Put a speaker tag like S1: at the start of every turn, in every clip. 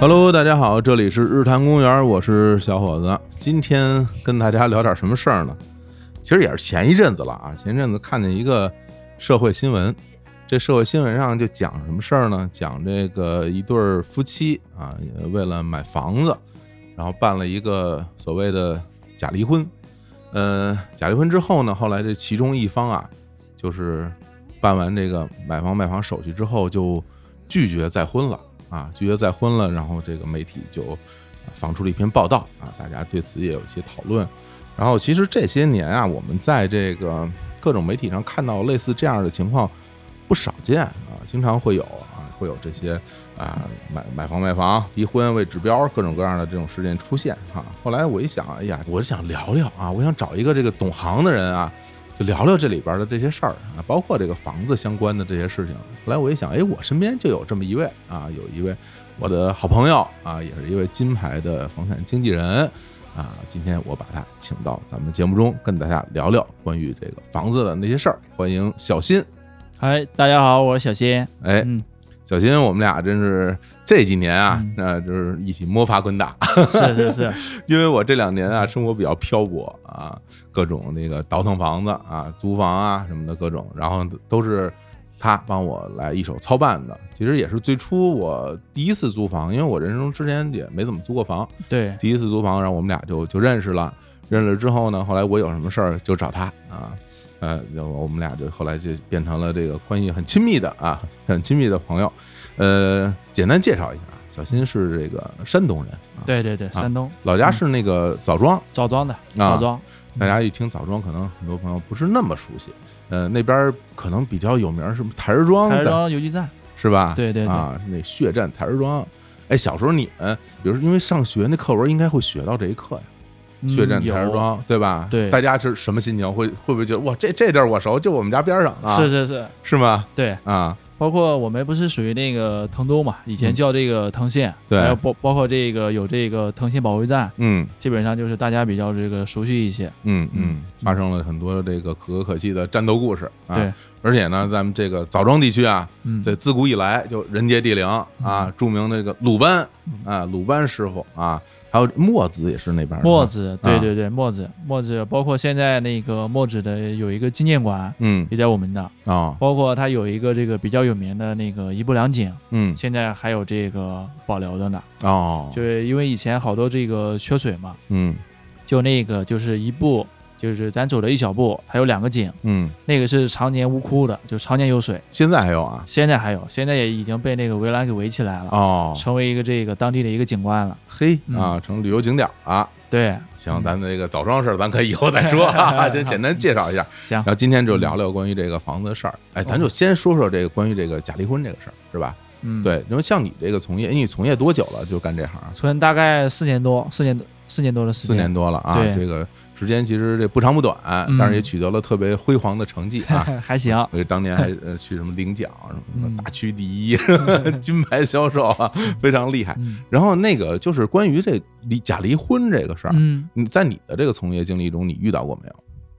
S1: Hello，大家好，这里是日坛公园，我是小伙子。今天跟大家聊点什么事儿呢？其实也是前一阵子了啊，前一阵子看见一个社会新闻，这社会新闻上就讲什么事儿呢？讲这个一对儿夫妻啊，也为了买房子，然后办了一个所谓的假离婚。呃，假离婚之后呢，后来这其中一方啊，就是办完这个买房卖房手续之后，就拒绝再婚了啊，拒绝再婚了。然后这个媒体就放出了一篇报道啊，大家对此也有一些讨论。然后其实这些年啊，我们在这个各种媒体上看到类似这样的情况不少见啊，经常会有啊，会有这些啊买买房卖房、离婚为指标各种各样的这种事件出现哈、后来我一想，哎呀，我想聊聊啊，我想找一个这个懂行的人啊，就聊聊这里边的这些事儿啊，包括这个房子相关的这些事情。后来我一想，哎，我身边就有这么一位啊，有一位我的好朋友啊，也是一位金牌的房产经纪人啊。今天我把他请到咱们节目中，跟大家聊聊关于这个房子的那些事儿。欢迎小新，
S2: 嗨，哎大家好，我是小新。
S1: 哎，
S2: 嗯，
S1: 小新，我们俩真是这几年啊
S2: 嗯，
S1: 那就是一起摸爬滚打，
S2: 是是是，
S1: 因为我这两年啊，生活比较漂泊啊，各种那个倒腾房子啊、租房啊什么的各种，然后都是他帮我来一手操办的。啊其实也是最初我第一次租房，因为我人生中之前也没怎么租过房，
S2: 对，
S1: 第一次租房，然后我们俩就就认识了。认识了之后呢，后来我有什么事儿就找他啊，呃，然后我们俩就后来就变成了这个关系很亲密的啊，很亲密的朋友。呃，简单介绍一下啊，小新是这个山东人啊，
S2: 对对对，山东
S1: 老家是那个枣庄，
S2: 枣庄的枣庄，
S1: 啊大家一听枣庄，可能很多朋友不是那么熟悉。呃，那边儿可能比较有名儿是台儿庄
S2: 台
S1: 在，
S2: 儿庄邮局站。
S1: 是吧？
S2: 对对对
S1: 啊，那血战台儿庄。哎，小时候你们，比如说因为上学那课文应该会学到这一课呀，
S2: 嗯
S1: 血战台儿
S2: 有
S1: 庄，对吧？
S2: 对
S1: 大家是什么心情？会会不会觉得哇，这这地儿我熟，就我们家边儿上啊？
S2: 是是是，
S1: 是吗？
S2: 对，
S1: 啊，
S2: 包括我们不是属于那个滕州嘛，以前
S1: 嗯
S2: 叫这个滕县，
S1: 对
S2: 还有包包括这个有这个滕县保卫战，
S1: 嗯
S2: 基本上就是大家比较这个熟悉一些。
S1: 嗯嗯
S2: 嗯，
S1: 发生了很多这个可歌可泣的战斗故事啊。
S2: 对，
S1: 而且呢，咱们这个枣庄地区啊，
S2: 嗯，
S1: 在自古以来就人杰地灵啊
S2: 嗯，
S1: 著名的这个鲁班
S2: 嗯
S1: 啊，鲁班师傅啊，还有墨子也是那边儿的
S2: 墨，子，
S1: 啊
S2: 对对对，墨子，墨子，包括现在那个墨子的有一个纪念馆
S1: 嗯
S2: 也在我们那儿，
S1: 啊，
S2: 包括它有一个这个比较有名的那个一步两景，
S1: 嗯
S2: 现在还有这个保留着呢。
S1: 哦，
S2: 就是因为以前好多这个缺水嘛，
S1: 嗯
S2: 就那个就是一步，就是咱走了一小步，还有两个井，
S1: 嗯，
S2: 那个是常年无枯的，就常年有水。
S1: 现在还有啊，
S2: 现在还有，现在也已经被那个围栏给围起来了，
S1: 哦，
S2: 成为一个这个当地的一个景观了。
S1: 嘿
S2: 嗯
S1: 啊，成旅游景点儿啊。
S2: 对，
S1: 行，咱这个枣庄事儿，咱可以以后再说，哈 哈先简单介绍一下。
S2: 行
S1: 然，后今天就聊聊关于这个房子的事儿。哎，咱就先说说这个关于这个假离婚这个事儿，是吧？
S2: 哦嗯，，
S1: 对，因为像你这个从业，哎你从业多久了？就干这行啊？
S2: 存大概四年多，四年多，四年多的时间，
S1: 四年多了啊，
S2: 对
S1: 这个时间其实这不长不短，
S2: 嗯
S1: 但是也取得了特别辉煌的成绩 啊。
S2: 还行，
S1: 我这当年还呃去什么领奖，什么
S2: 嗯
S1: 大区第一、 金牌销售啊，非常厉害。
S2: 嗯
S1: 然后那个就是关于这离假离婚这个事儿，
S2: 嗯，
S1: 你在你的这个从业经历中，你遇到过没有？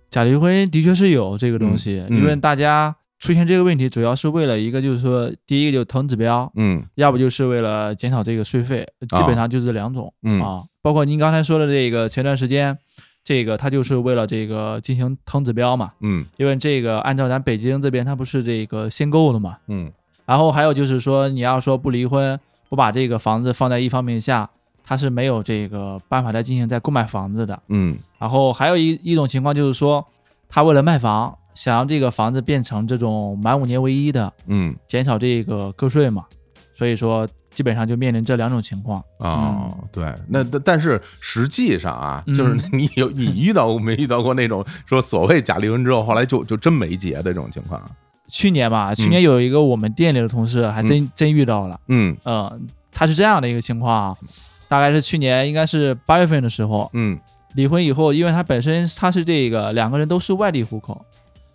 S2: 假离婚的确是有这个东西，
S1: 嗯嗯
S2: 因为大家出现这个问题，主要是为了一个就是说，第一个就是藤指标，
S1: 嗯
S2: 要不就是为了减少这个税费，基本上就这两种
S1: 嗯
S2: 啊。包括您刚才说的这个，前段时间这个它就是为了这个进行藤指标嘛，
S1: 嗯
S2: 因为这个按照咱北京这边它不是这个限购的嘛。
S1: 嗯
S2: 然后还有就是说，你要说不离婚，不把这个房子放在一方面下，它是没有这个办法来进行再购买房子的。
S1: 嗯
S2: 然后还有一一种情况就是说，他为了卖房，想让这个房子变成这种满五年唯一的，
S1: 嗯
S2: 减少这个个税嘛，所以说基本上就面临这两种情况。
S1: 哦，对，那但但是实际上啊，
S2: 嗯
S1: 就是你有你遇到过没遇到过那种说所谓假离婚之后，后来就就真没结的这种情况啊？
S2: 去年吧，去年有一个我们店里的同事还真、真遇到了，
S1: 嗯
S2: 呃，他是这样的一个情况啊，大概是去年应该是八月份的时候
S1: 嗯
S2: 离婚以后，因为他本身他是这个两个人都是外地户口。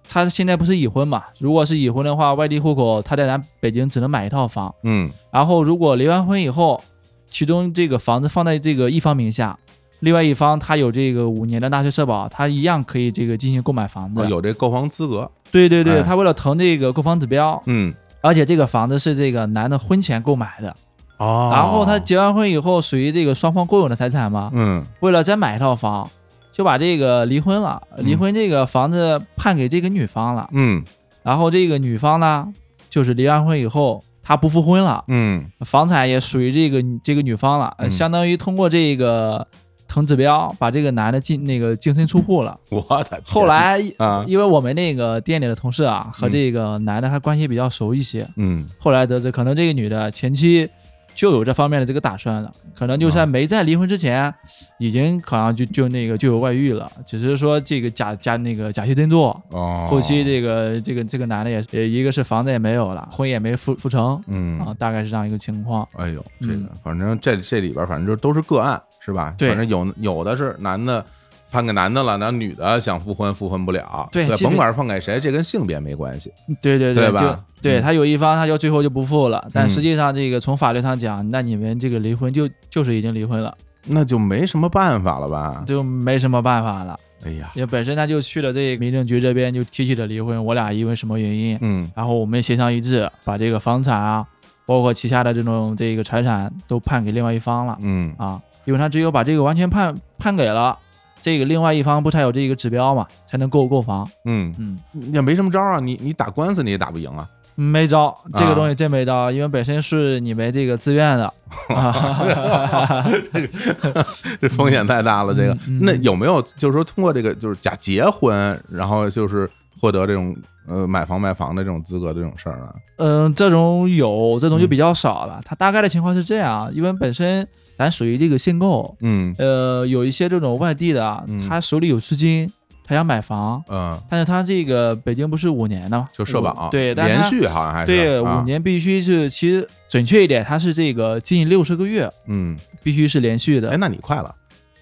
S2: 他现在不是已婚嘛？如果是已婚的话，外地户口他在咱北京只能买一套房，
S1: 嗯
S2: 然后如果离完婚以后，其中这个房子放在这个一方名下，另外一方他有这个五年的纳税社保，他一样可以这个进行购买房子。
S1: 哦有这购房资格，
S2: 对对
S1: 哎
S2: 对，他为了腾这个购房指标，
S1: 嗯
S2: 而且这个房子是这个男的婚前购买的，
S1: 哦，
S2: 然后他结完婚以后属于这个双方共有的财产嘛，
S1: 嗯
S2: 为了再买一套房，就把这个离婚了，
S1: 嗯
S2: 离婚这个房子判给这个女方了，
S1: 嗯
S2: 然后这个女方呢，就是离完婚以后她不复婚了，
S1: 嗯
S2: 房产也属于这个这个女方了，呃
S1: 嗯
S2: 相当于通过这个藤指标把这个男的进那个净身出户了。
S1: 我的天
S2: 后来。
S1: 啊，
S2: 因为我们那个店里的同事啊，和
S1: 嗯
S2: 这个男的还关系比较熟一些，
S1: 嗯
S2: 后来得知，可能这个女的前期就有这方面的这个打算了，可能就
S1: 嗯
S2: 在没在离婚之前，已经好像就就那个就有外遇了，只是说这个假假那个假戏真做。
S1: 哦，
S2: 后期这个这个这个男的也是呃，一个是房子也没有了，婚也没复复成
S1: 嗯
S2: 啊，大概是这样一个情况。
S1: 哎呦，这
S2: 嗯
S1: 个反正这这里边反正就都是个案是吧？
S2: 对
S1: 反正有有的是男的判给男的了，然后女的想复婚复婚不了，
S2: 对这个
S1: 甭管是判给谁，这跟性别没关系。
S2: 对对
S1: 对吧
S2: 就对
S1: 嗯
S2: 他有一方他就最后就不复了，但
S1: 嗯
S2: 实际上这个从法律上讲，那你们这个离婚就就是已经离婚了，
S1: 那就没什么办法了吧？
S2: 就没什么办法了。
S1: 哎呀，
S2: 也本身他就去了这个民政局这边就提起了离婚，我俩因为什么原因，
S1: 嗯
S2: 然后我们协商一致，把这个房产啊，包括旗下的这种这个财产都判给另外一方了
S1: 嗯
S2: 啊，因为他只有把这个完全判判给了这个另外一方，不才有这个指标嘛，才能购购房。
S1: 嗯，
S2: 嗯，
S1: 也没什么招啊，你你打官司你也打不赢啊，
S2: 没招，这个东西真没招，因为本身是你们这个自 愿的。啊
S1: 这风险太大了。这个
S2: 嗯嗯
S1: 那有没有就是说通过这个就是假结婚，然后就是获得这种呃买房卖房的这种资格这种事儿呢？
S2: 嗯，这种有，这种就比较少了。它大概的情况是这样，啊因为本身咱属于这个限购，
S1: 嗯
S2: 呃，有一些这种外地的啊
S1: 嗯，
S2: 他手里有资金，他想买房，
S1: 嗯，
S2: 但是他这个北京不是五年的嘛，
S1: 就社保
S2: 五对，但
S1: 连
S2: 他
S1: 续好像还是
S2: 对
S1: 啊
S2: 五年必须是，其实准确一点，他是这个近六十个月
S1: 嗯，
S2: 必须是连续
S1: 哎，
S2: 的。
S1: 那你快了，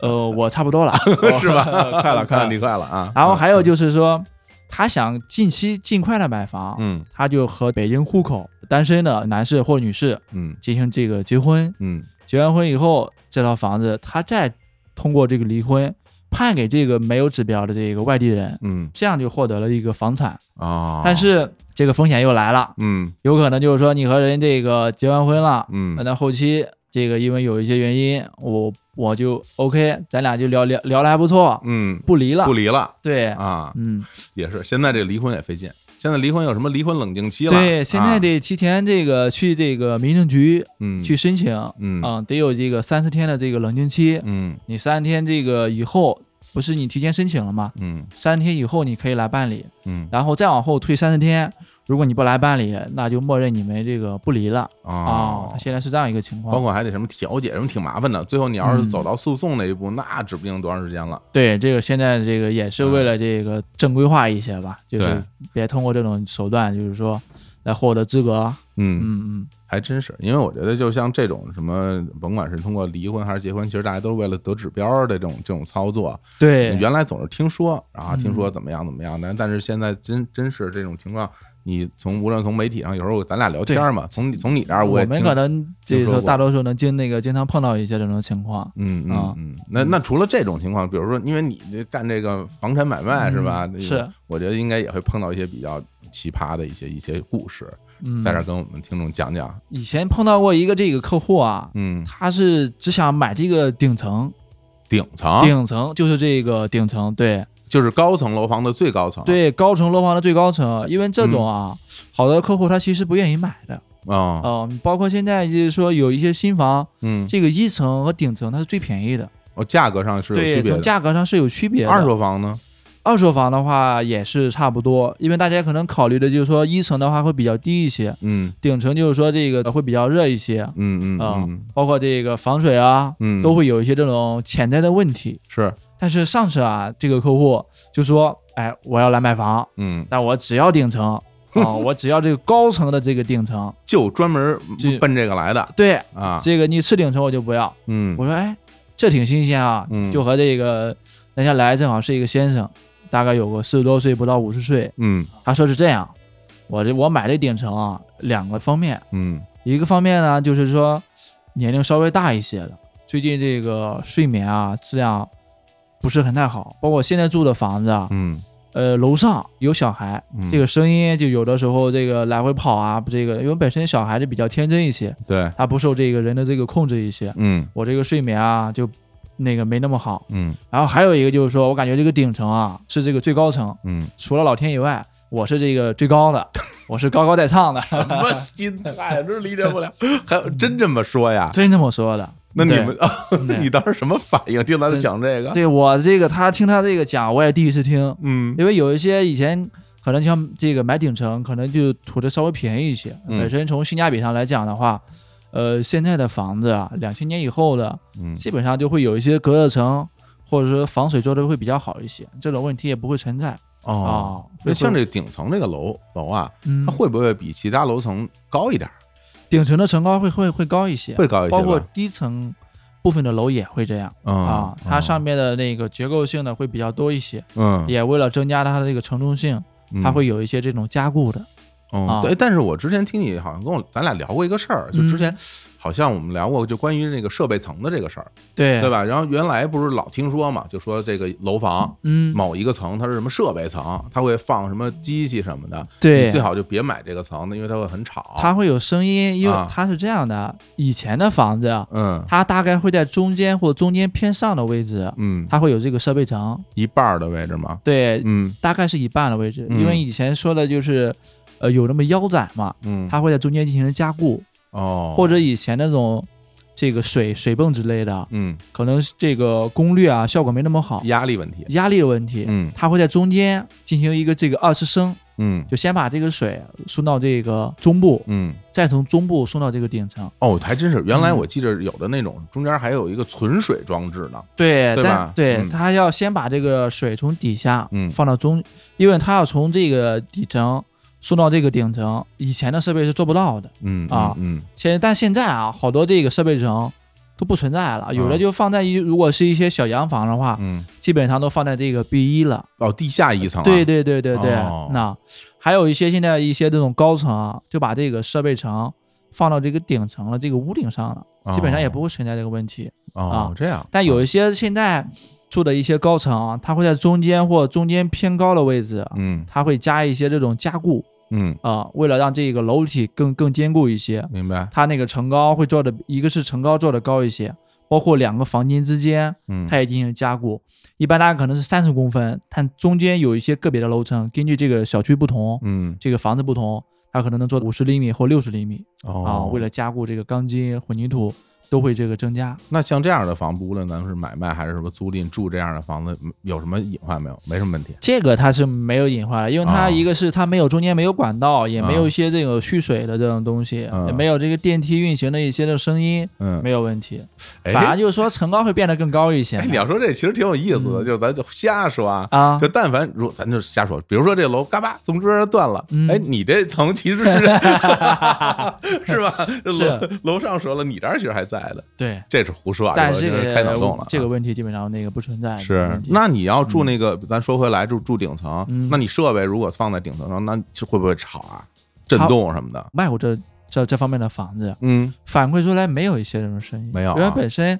S2: 呃，我差不多了，
S1: 是吧？
S2: 哦 快了，快
S1: 你
S2: 了。
S1: 快了啊！
S2: 然后还有就是说，他想近期尽快的买房，
S1: 嗯
S2: 他就和北京户口单身的男士或女士
S1: 嗯
S2: 进行这个结婚，
S1: 嗯
S2: 结完婚以后，这套房子他再通过这个离婚判给这个没有指标的这个外地人，
S1: 嗯
S2: 这样就获得了一个房产。
S1: 哦，
S2: 但是这个风险又来了，
S1: 嗯
S2: 有可能就是说你和人这个结完婚了，
S1: 嗯
S2: 那后期这个因为有一些原因，我我就 OK，咱俩就聊聊聊的还不错，
S1: 嗯
S2: 不离了，
S1: 不离了
S2: 对，
S1: 啊，
S2: 嗯，
S1: 也是。现在这离婚也费劲，现在离婚有什么离婚冷静期了？
S2: 对，现在
S1: 啊
S2: 得提前这个去这个民政局
S1: 嗯
S2: 去申请，
S1: 嗯
S2: 啊，得有这个三十天的这个冷静期，
S1: 嗯
S2: 你三十天这个以后，不是你提前申请了吗？
S1: 嗯
S2: 三十天以后你可以来办理，
S1: 嗯
S2: 然后再往后推三十天，如果你不来办理，那就默认你们这个不离了。啊，
S1: 哦
S2: 它。现在是这样一个情
S1: 包
S2: 况。
S1: 括还得什么调解，什么挺麻烦的。最后你要是
S2: 嗯
S1: 走到诉讼那一步，那指不定多长时间了。
S2: 对，这个现在这个也是为了这个正规化一些
S1: 嗯
S2: 吧，就是别通过这种手段，就是说来获得资格。
S1: 嗯
S2: 嗯嗯，
S1: 还真是，因为我觉得就像这种什么，甭管是通过离婚还是结婚，其实大家都是为了得指标的这种这种操作。
S2: 对，
S1: 原来总是听说，啊然后
S2: 嗯
S1: 听说怎么样怎么样，但、但是现在真真是这种情况，你从无论从媒体上，有时候咱俩聊天嘛，从你从你这儿
S2: 我
S1: 也
S2: 们
S1: 听，
S2: 可能就
S1: 听
S2: 是
S1: 说
S2: 说
S1: 过
S2: 大多数能经那个经常碰到一些这种情况。
S1: 嗯嗯
S2: 啊
S1: 嗯，那那除了这种情况，比如说因为你这干这个房产买卖是吧？
S2: 嗯
S1: 那个
S2: 是，
S1: 我觉得应该也会碰到一些比较奇葩的一些一些故事，
S2: 嗯，
S1: 在这儿跟我们听众讲讲。
S2: 以前碰到过一个这个客户啊，
S1: 嗯，
S2: 他是只想买这个顶层，
S1: 顶层
S2: 顶层就是这个顶层，对
S1: 就是高层楼房的最高层，
S2: 对，高层楼房的最高层，因为这种
S1: 嗯
S2: 啊，好多客户他其实不愿意买的，
S1: 啊，
S2: 嗯，包括现在就是说有一些新房，
S1: 嗯，
S2: 这个一层和顶层它是最便宜的，
S1: 哦，价格上是有
S2: 对，
S1: 区别
S2: 从
S1: 的。
S2: 价格上是有区别的。
S1: 二手房呢？
S2: 二手房的话也是差不多，因为大家可能考虑的就是说一层的话会比较低一些，
S1: 嗯
S2: 顶层就是说这个会比较热一些，
S1: 嗯嗯
S2: 啊
S1: 嗯
S2: 包括这个防水啊，
S1: 嗯，
S2: 都会有一些这种潜在的问题。
S1: 是，
S2: 但是上次啊，这个客户就说，哎，我要来买房，
S1: 嗯，
S2: 但我只要 顶层。啊、我只要这个高层的这个顶层，
S1: 就专门
S2: 这
S1: 奔这个来的
S2: 对，
S1: 啊。
S2: 这个你次顶层我就不要。
S1: 嗯
S2: 我说，哎，这挺新鲜啊，
S1: 嗯
S2: 就和这个人家来正好是一个先生，大概有个四十多岁，不到五十岁。
S1: 嗯
S2: 他说是这样，我这我买这顶层啊，两个方面，
S1: 嗯
S2: 一个方面呢就是说年龄稍微大一些的，最近这个睡眠啊质量不是很太好，包括现在住的房子啊，
S1: 嗯
S2: 呃，楼上有小孩，
S1: 嗯
S2: 这个声音就有的时候这个来回跑啊，这个因为本身小孩就比较天真一些，
S1: 对，
S2: 他不受这个人的这个控制一些，
S1: 嗯
S2: 我这个睡眠啊就那个没那么好。
S1: 嗯
S2: 然后还有一个就是说我感觉这个顶层啊是这个最高层，
S1: 嗯，
S2: 除了老天以外，我是这个最高 的，我是高高在上的，
S1: 什么心态，真理解不了。还有真这么说呀？
S2: 真这么说的。
S1: 那你
S2: 对
S1: 们，那你当时什么反应？听他
S2: 真
S1: 讲这个，
S2: 对我这个他听他这个讲，我也第一次听，
S1: 嗯
S2: 因为有一些以前可能像这个买顶层，可能就图的稍微便宜一些。
S1: 嗯
S2: 本身从性价比上来讲的话，呃，现在的房子啊，两千年以后的，
S1: 嗯
S2: 基本上就会有一些隔热层。或者说防水做的会比较好一些，这种问题也不会存在啊、
S1: 哦。
S2: 所
S1: 那
S2: 以
S1: 像
S2: 会，
S1: 这顶层这个楼楼啊，
S2: 嗯
S1: 它，会不会比其他楼层高一点儿？
S2: 顶层的层高会会会高一些，
S1: 会高一些吧，
S2: 包括低层部分的楼也会这样、
S1: 嗯
S2: 啊，它上面的那个结构性的会比较多一些，
S1: 嗯，
S2: 也为了增加它的这个承重性，
S1: 嗯
S2: 它会有一些这种加固的。
S1: 哦
S2: 啊，嗯
S1: 对，但是我之前听你好像跟我咱俩聊过一个事儿，就之前好像我们聊过就关于那个设备层的这个事儿，
S2: 对
S1: 对吧？然后原来不是老听说嘛，就说这个楼房
S2: 嗯，
S1: 某一个层它是什么设备层，它会放什么机器什么的，
S2: 对
S1: 你，最好就别买这个层的，因为它会很吵。
S2: 它会有声音，因
S1: 啊
S2: 为它是这样的，以前的房子啊，
S1: 嗯
S2: 它大概会在中间或中间偏上的位置，
S1: 嗯，
S2: 它会有这个设备层，
S1: 一半儿的位置嘛，
S2: 对，
S1: 嗯
S2: 大概是一半的位置，
S1: 嗯
S2: 因为以前说的就是，呃，有那么腰斩嘛，
S1: 嗯，
S2: 它会在中间进行加固，
S1: 哦，
S2: 或者以前那种这个水水泵之类的，
S1: 嗯
S2: 可能是这个功率啊效果没那么好，
S1: 压力问题，
S2: 压力的问题，
S1: 嗯
S2: 它会在中间进行一个这个二次升，
S1: 嗯
S2: 就先把这个水送到这个中部，
S1: 嗯。
S2: 再从中部送到这个顶层。
S1: 哦，还真是。原来
S2: 嗯
S1: 我记着有的那种中间还有一个存水装置呢。
S2: 对，
S1: 对吧
S2: 但对
S1: 嗯
S2: 它要先把这个水从底下
S1: 嗯
S2: 放到中，因为它要从这个底层送到这个顶层，以前的设备是做不到的。
S1: 嗯
S2: 啊
S1: 嗯
S2: 现但现在啊，好多这个设备层都不存在了，有的就放在一，如果是一些小洋房的话，
S1: 嗯嗯，嗯
S2: 基本上都放在这个 B 一了。
S1: 哦，地下一层、啊。
S2: 对对对对对，
S1: 哦
S2: 那还有一些现在一些这种高层啊，就把这个设备层放到这个顶层了，这个屋顶上了，基本上也不会存在这个问题。
S1: 哦
S2: 啊，
S1: 这样。
S2: 但有一些现在住的一些高层啊，它会在中间或中间偏高的位置，
S1: 嗯
S2: 它会加一些这种加固
S1: 嗯，
S2: 啊、为了让这个楼体更更坚固一些，
S1: 明白。
S2: 它那个层高会做的，一个是层高做的高一些，包括两个房间之间，
S1: 嗯
S2: 它也进行加固。一般大概可能是三十公分，但中间有一些个别的楼层，根据这个小区不同，
S1: 嗯
S2: 这个房子不同，它可能能做五十厘米或六十厘米
S1: 哦
S2: 啊。为了加固这个钢筋、混凝土都会这个增加。
S1: 那像这样的房，无论咱们是买卖还是什么租赁住这样的房子，嗯有什么隐患没有？没什么问题。
S2: 这个它是没有隐患，因为
S1: 啊
S2: 它一个是它没有中间没有管道，也没有一些这种蓄水的这种东西，
S1: 嗯
S2: 也没有这个电梯运行的一些的声音，
S1: 嗯，
S2: 没有问题。
S1: 哎
S2: 反而就是说层高会变得更高一些
S1: 哎，你要说这其实挺有意思的，
S2: 嗯
S1: 就是咱就瞎说啊。
S2: 啊
S1: 就。但凡如咱就瞎说，比如说这楼嘎巴从中间断了，
S2: 嗯
S1: 哎，你这层其 实是是吧？这楼楼上说了，你这儿其实还在的，
S2: 对，
S1: 这是胡说啊！
S2: 但
S1: 这
S2: 是
S1: 个
S2: 这
S1: 开脑洞了
S2: 个
S1: 啊。
S2: 这个问题基本上那个不存在。这个
S1: 是
S2: 问，题
S1: 那你要住那个，咱说回来住住顶层，
S2: 嗯
S1: 那你设备如果放在顶层上，那就会不会吵啊、震动什么的？
S2: 卖过这这这方面的房子，
S1: 嗯，
S2: 反馈出来没有一些这种声音，
S1: 没有啊
S2: 因为本身，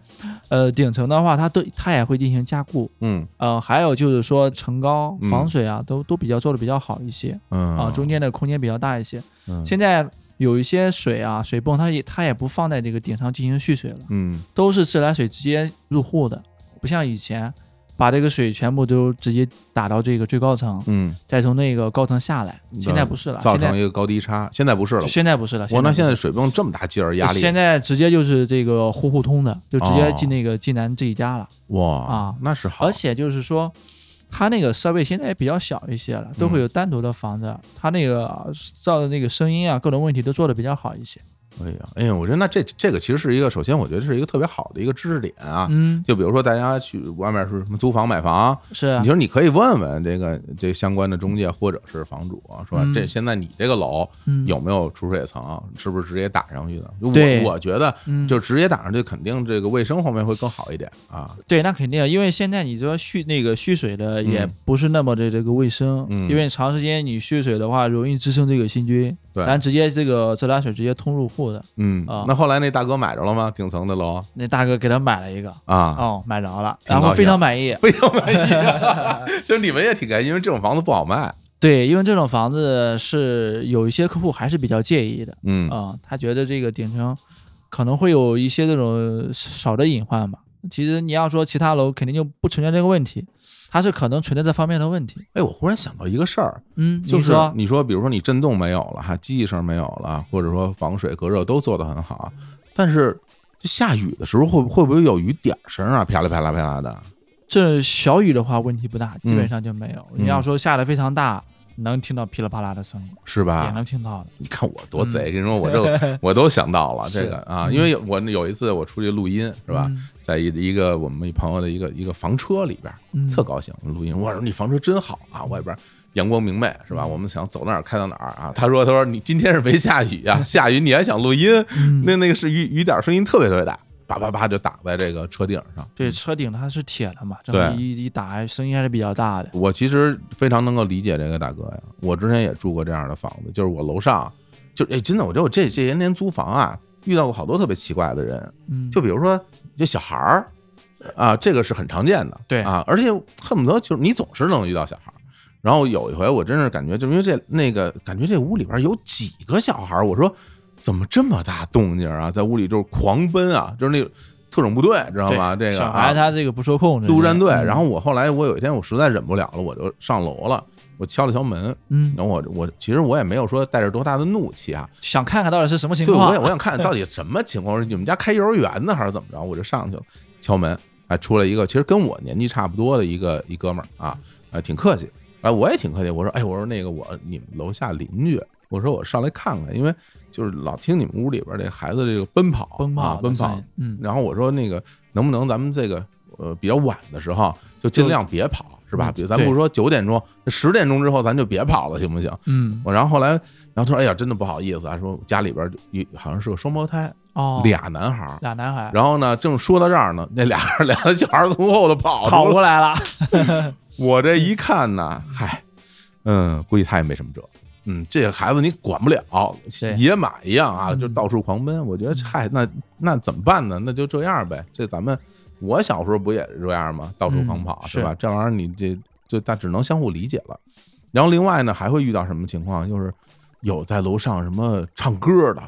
S2: 呃，顶层的话，它都它也会进行加固。
S1: 嗯
S2: 呃，还有就是说层高
S1: 嗯
S2: 防水啊，都都比较做的比较好一些
S1: 嗯
S2: 啊，中间的空间比较大一些。
S1: 嗯
S2: 现在有一些水啊，水泵它也它也不放在这个顶上进行蓄水了，
S1: 嗯
S2: 都是自来水直接入户的，不像以前把这个水全部都直接打到这个最高层，
S1: 嗯，
S2: 再从那个高层下来。现在不是了，
S1: 造
S2: 现在
S1: 成一个高低差。现在不是了，
S2: 现在不是了。
S1: 我那
S2: 不是
S1: 现在水泵这么大劲儿，压力
S2: 现在直接就是这个户户通的，就直接进那个济南自己家了。
S1: 哇
S2: 啊
S1: 那是哦好
S2: 而，且就是说，它那个设备现在也比较小一些了，都会有单独的房
S1: 嗯
S2: 子，它那个造的那个声音啊，各种问题都做的比较好一些。
S1: 哎呀哎呀，我觉得那这这个其实是一个，首先我觉得是一个特别好的一个知识点啊。
S2: 嗯，
S1: 就比如说大家去外面是什么租房买房，
S2: 是啊
S1: 你，说你可以问问这个这相关的中介或者是房主，啊说
S2: 嗯
S1: 这现在你这个楼
S2: 嗯
S1: 有没有储水层，是不是直接打上去的？就
S2: 对
S1: 我我觉得
S2: 嗯
S1: 就直接打上去，肯定这个卫生方面会更好一点啊。
S2: 对，那肯定，因为现在你说蓄那个蓄水的也
S1: 嗯
S2: 不是那么的这个卫生，
S1: 嗯
S2: 因为长时间你蓄水的话，容易滋生这个细菌，
S1: 对
S2: 咱直接这个自来水直接通入户的。
S1: 嗯
S2: 啊，
S1: 那后来那大哥买着了吗？顶层的楼
S2: 那大哥给他买了一个，
S1: 啊，
S2: 哦，买着了，
S1: 挺
S2: 然后
S1: 高
S2: 非
S1: 兴
S2: 常满意。
S1: 非常满意 啊。就是你们也挺开心，因为这种房子不好卖。
S2: 对，因为这种房子是有一些客户还是比较介意的，
S1: 嗯
S2: 啊、他觉得这个顶层可能会有一些这种少的隐患吧。其实你要说其他楼肯定就不存在这个问题，它是可能存在这方面的问题。
S1: 哎，我忽然想到一个事儿，
S2: 嗯，
S1: 就
S2: 你
S1: 是
S2: 说
S1: 你说，比如说你震动没有了，哈，机器声没有了，或者说防水隔热都做得很好，但是就下雨的时候会会不会有雨点儿声啊？啪啦啪啦啪啦的。
S2: 这小雨的话问题不大，基本上就没有。
S1: 嗯
S2: 你要说下的非常大，能听到噼里啪啦的声音，
S1: 是吧？
S2: 也能听到的。
S1: 你看我多贼，
S2: 嗯
S1: 跟你说我 这我都想到了这个啊，因为有我有一次我出去录音是吧，
S2: 嗯
S1: 在一一个我们一朋友的一个一个房车里边，
S2: 嗯，
S1: 特高兴录音，我说你房车真好啊，外边阳光明媚是吧？我们想走哪儿开到哪儿啊？他说他说你今天是没下雨啊，下雨你还想录音？
S2: 嗯
S1: 那那个是雨雨点儿声音特别特别大，叭叭叭就打在这个车顶上。
S2: 对，车顶它是铁的嘛，这
S1: 嗯对
S2: 么一一打，声音还是比较大的。
S1: 我其实非常能够理解这个大哥呀，我之前也住过这样的房子，就是我楼上，就哎真的，我觉得我这这些年租房啊，遇到过好多特别奇怪的人，
S2: 嗯，
S1: 就比如说这小孩儿啊，这个是很常见的，
S2: 对
S1: 啊，而且恨不得就是你总是能遇到小孩儿。然后有一回我真是感觉，就因为这那个感觉这屋里边有几个小孩儿，我说怎么这么大动静啊，在屋里就是狂奔啊，就是那个特种部队知道
S2: 对
S1: 吗？这个
S2: 小
S1: 啊
S2: 孩他这个不受控制，
S1: 陆战队。
S2: 嗯
S1: 然后我后来我有一天我实在忍不了了，我就上楼了，我敲了敲门，
S2: 嗯，
S1: 然后我我其实我也没有说带着多大的怒气啊，
S2: 想看看到底是什么情
S1: 对，
S2: 况。
S1: 我也我想看到底什么情况，是你们家开幼儿园呢还是怎么着？我就上去了，敲门，哎，出来一个其实跟我年纪差不多的一个一哥们儿啊，呃，挺客气，哎，我也挺客气，我说哎，我说那个我你们楼下邻居，我说我上来看看，因为就是老听你们屋里边这孩子这个奔跑
S2: 奔
S1: 啊
S2: 跑，
S1: 奔跑，，
S2: 嗯，
S1: 然后我说那个能不能咱们这个呃比较晚的时候就尽量别跑，是吧？
S2: 嗯
S1: 比如咱不
S2: 对
S1: 说九点钟，十点钟之后咱就别跑了，行不行？
S2: 嗯，
S1: 我然后后来，然后他说：“哎呀，真的不好意思啊，说家里边有好像是个双胞胎，
S2: 哦，
S1: 俩男孩儿。
S2: 俩男孩
S1: 然后呢，正说到这儿呢，那俩俩小孩儿从后头跑
S2: 跑
S1: 出来
S2: 过来了，
S1: 我这一看呢，嗨，嗯，估计他也没什么辙。嗯，这个孩子你管不了，
S2: 对
S1: 野马一样啊，
S2: 嗯
S1: 就到处狂奔。我觉得，嗨，那那怎么办呢？那就这样呗。这咱们我小时候不也是这样吗？到处狂跑、
S2: 嗯
S1: 是吧？这玩意儿你这就大只能相互理解了。然后另外呢，还会遇到什么情况？就是有在楼上什么唱歌的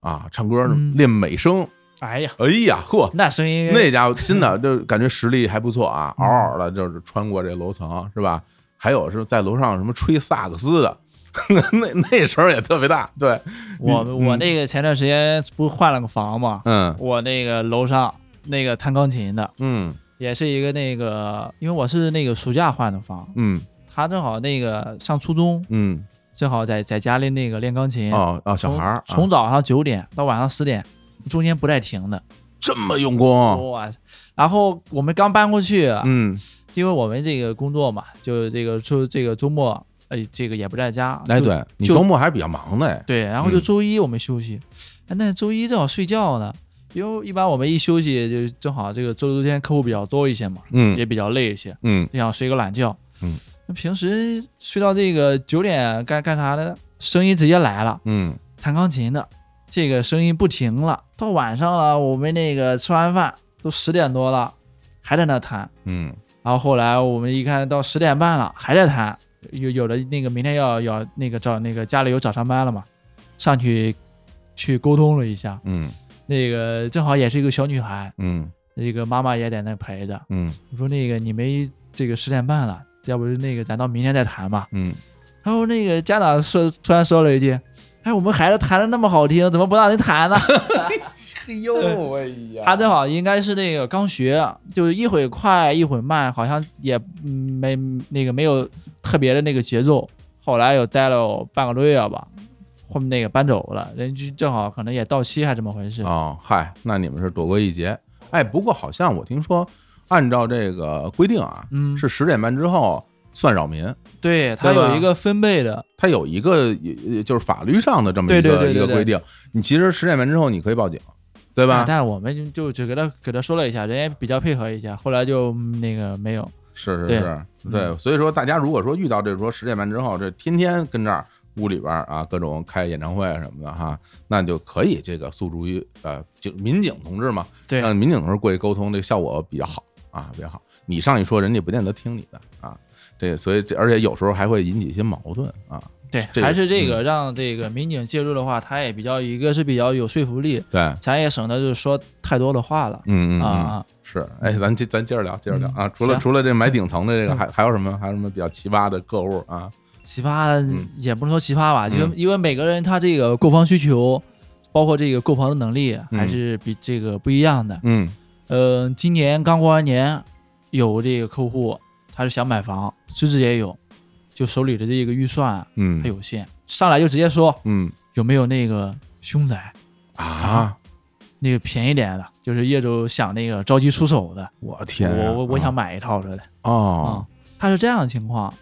S1: 啊，唱歌
S2: 嗯
S1: 练美声。
S2: 哎呀，
S1: 哎呀，呵，
S2: 那声音
S1: 那家伙真的就感觉实力还不错啊，嗷嗷的，就是穿过这楼层是吧？还有是在楼上什么吹萨克斯的， 那那声儿也特别大，对，
S2: 我
S1: 嗯
S2: 我那个前段时间不是换了个房嘛，
S1: 嗯
S2: 我那个楼上那个弹钢琴的，
S1: 嗯
S2: 也是一个那个，因为我是那个暑假换的房，
S1: 嗯
S2: 他正好那个上初中，
S1: 嗯，
S2: 正好在在家里那个练钢琴，
S1: 哦哦，小
S2: 从
S1: 孩儿啊
S2: 从早上九点到晚上十点，中间不带停的，
S1: 这么用功，
S2: 哇！然后我们刚搬过去，
S1: 嗯，
S2: 因为我们这个工作嘛，就这个周这个周末，哎，这个也不在家，
S1: 哎，
S2: 就
S1: 对你
S2: 就
S1: 周末还是比较忙的，哎
S2: 对，然后
S1: 嗯
S2: 就周一我们休息，哎，那周一正好睡觉呢，因为一般我们一休息就正好这个周六天客户比较多一些嘛，
S1: 嗯
S2: 也比较累一些，
S1: 嗯
S2: 就想睡个懒觉。
S1: 嗯，
S2: 那平时睡到这个九点该干啥的，声音直接来了，
S1: 嗯
S2: 弹钢琴的，这个声音不停了，到晚上了，我们那个吃完饭都十点多了，还在那弹。
S1: 嗯
S2: 然后后来我们一看到十点半了，还在谈，有有的那个明天要要那个找那个家里有早上班了嘛，上去去沟通了一下，
S1: 嗯
S2: 那个正好也是一个小女孩，
S1: 嗯
S2: 那个妈妈也在那陪着，
S1: 嗯
S2: 我说那个你没这个十点半了，要不那个咱到明天再谈吧。
S1: 嗯，
S2: 然后那个家长说突然说了一句，哎，我们孩子弹的那么好听，怎么不让人弹呢？
S1: 嘿呦哎呀
S2: 他正好应该是那个刚学，就是一会快一会慢，好像也嗯没那个没有特别的那个节奏。后来又待了有半个多月吧，后面那个搬走了，人家正好可能也到期，还怎么回事？
S1: 哦，嗨，那你们是躲过一劫。哎，不过好像我听说，按照这个规定啊，
S2: 嗯
S1: 是十点半之后算扰民。
S2: 对他
S1: 对吧
S2: 有一个分贝的，
S1: 它有一个呃就是法律上的这么一个
S2: 对对对
S1: 一
S2: 对
S1: 个
S2: 对
S1: 规定，你其实十点半之后你可以报警，对吧？
S2: 啊但是我们就就只给他给他说了一下，人家比较配合一下，后来就嗯那个没有。
S1: 是是
S2: 对
S1: 是，
S2: 嗯
S1: 对，所以说大家如果说遇到这说十点半之后，这天天跟这儿屋里边儿啊，各种开演唱会什么的哈，那就可以这个诉诸于呃警民警同志嘛，
S2: 对
S1: 让民警同志过去沟通，这个效果比较好啊，比较好。你上去说，人家不见得听你的啊，这所以这而且有时候还会引起一些矛盾啊，
S2: 对，
S1: 这个嗯
S2: 还是这个让这个民警介入的话，他也比较一个是比较有说服力，
S1: 对，嗯
S2: 咱也省得就是说太多的话了
S1: 嗯嗯嗯
S2: 啊啊。
S1: 是，哎，咱接咱接着聊，接着聊啊。
S2: 嗯
S1: 除了
S2: 行嗯
S1: 除了这买顶层的这个，还还有什么？还有什么比较奇葩的客户啊？
S2: 奇葩
S1: 嗯
S2: 也不能说奇葩吧，因为、
S1: 嗯
S2: 因为每个人他这个购房需求，包括这个购房的能力还是比这个不一样的。
S1: 嗯
S2: 嗯、今年刚过完年，有这个客户他是想买房，资质也有，就手里的这个预算
S1: 嗯，
S2: 他有限，上来就直接说
S1: 嗯
S2: 有没有那个凶宅，
S1: 啊，
S2: 那个便宜点的，就是业主想那个着急出手的，
S1: 我天啊，
S2: 我我我想买一套这的
S1: 哦
S2: 啊，，他是这样的情况。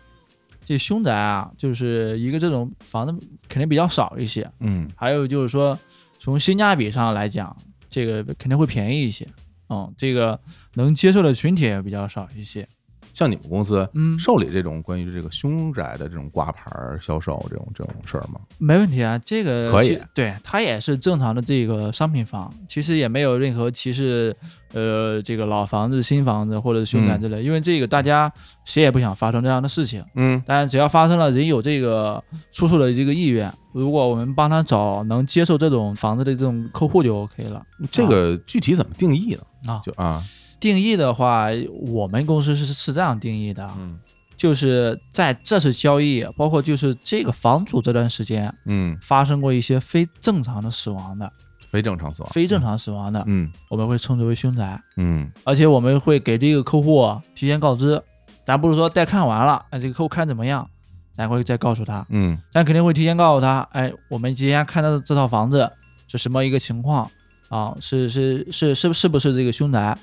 S2: 这凶宅啊，就是一个这种房子肯定比较少一些，
S1: 嗯
S2: 还有就是说，从性价比上来讲，这个肯定会便宜一些。嗯，这个能接受的群体也比较少一些。
S1: 像你们公司
S2: 嗯，
S1: 受理这种关于这个凶宅的这种挂牌儿销售这种这种事儿吗？
S2: 没问题啊，这个
S1: 可以
S2: 其，对，它也是正常的这个商品房，其实也没有任何歧视，呃，这个老房子、新房子或者是凶宅之类，因为这个大家谁也不想发生这样的事情。
S1: 嗯
S2: 但是只要发生了人有这个出售的这个意愿，如果我们帮他找能接受这种房子的这种客户就 OK 了
S1: 这个具体怎么定义呢？
S2: 啊。
S1: 就啊，
S2: 定义的话，我们公司是是这样定义的啊，
S1: 嗯
S2: 就是在这次交易，包括就是这个房主这段时间
S1: 嗯，
S2: 发生过一些非正常的死亡的、
S1: 非正常死亡，
S2: 非正，常死亡的，
S1: 嗯
S2: 我们会称之为凶宅，
S1: 嗯
S2: 而且我们会给这个客户啊提前告知，咱不是说待看完了，哎，这个客户看怎么样，咱会再告诉他，
S1: 嗯
S2: 咱肯定会提前告诉他，哎，我们提前看到这套房子是什么一个情况啊？是是是是是不是这个凶宅？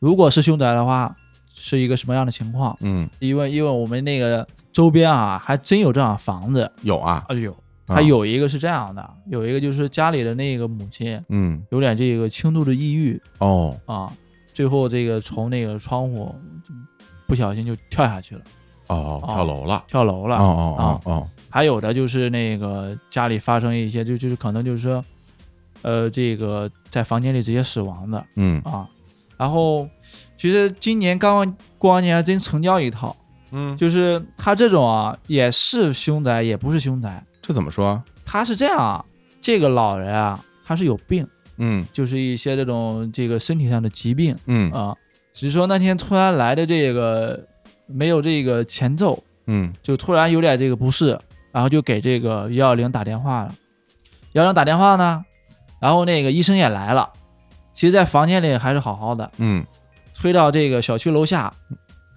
S2: 如果是凶宅的话，是一个什么样的情况？
S1: 嗯，
S2: 因为因为我们那个周边啊，还真有这样的房子
S1: 有啊，
S2: 啊，有，
S1: 啊
S2: 还，有一个是这样的，有一个就是家里的那个母亲
S1: 嗯
S2: 有点这个轻度的抑郁
S1: 哦，
S2: 啊，最后这个从那个窗户不小心就跳下去了，
S1: 哦，跳楼了，
S2: 跳楼
S1: 哦
S2: 了。
S1: 哦哦
S2: 啊
S1: 哦，
S2: 还有的就是那个家里发生一些，就就是可能就是说，呃，这个在房间里直接死亡的
S1: 嗯
S2: 啊。然后，其实今年刚刚过完年还真成交一套，
S1: 嗯，
S2: 就是他这种啊，也是凶宅，也不是凶宅，
S1: 这怎么说？
S2: 他是这样啊，这个老人啊，他是有病，
S1: 嗯
S2: 就是一些这种这个身体上的疾病
S1: 嗯
S2: 啊。只是说那天突然来的这个没有这个前奏，
S1: 嗯
S2: 就突然有点这个不适，然后就给这个幺幺零打电话了。幺幺零打电话呢，然后那个医生也来了，其实，在房间里还是好好的，
S1: 嗯，
S2: 推到这个小区楼下，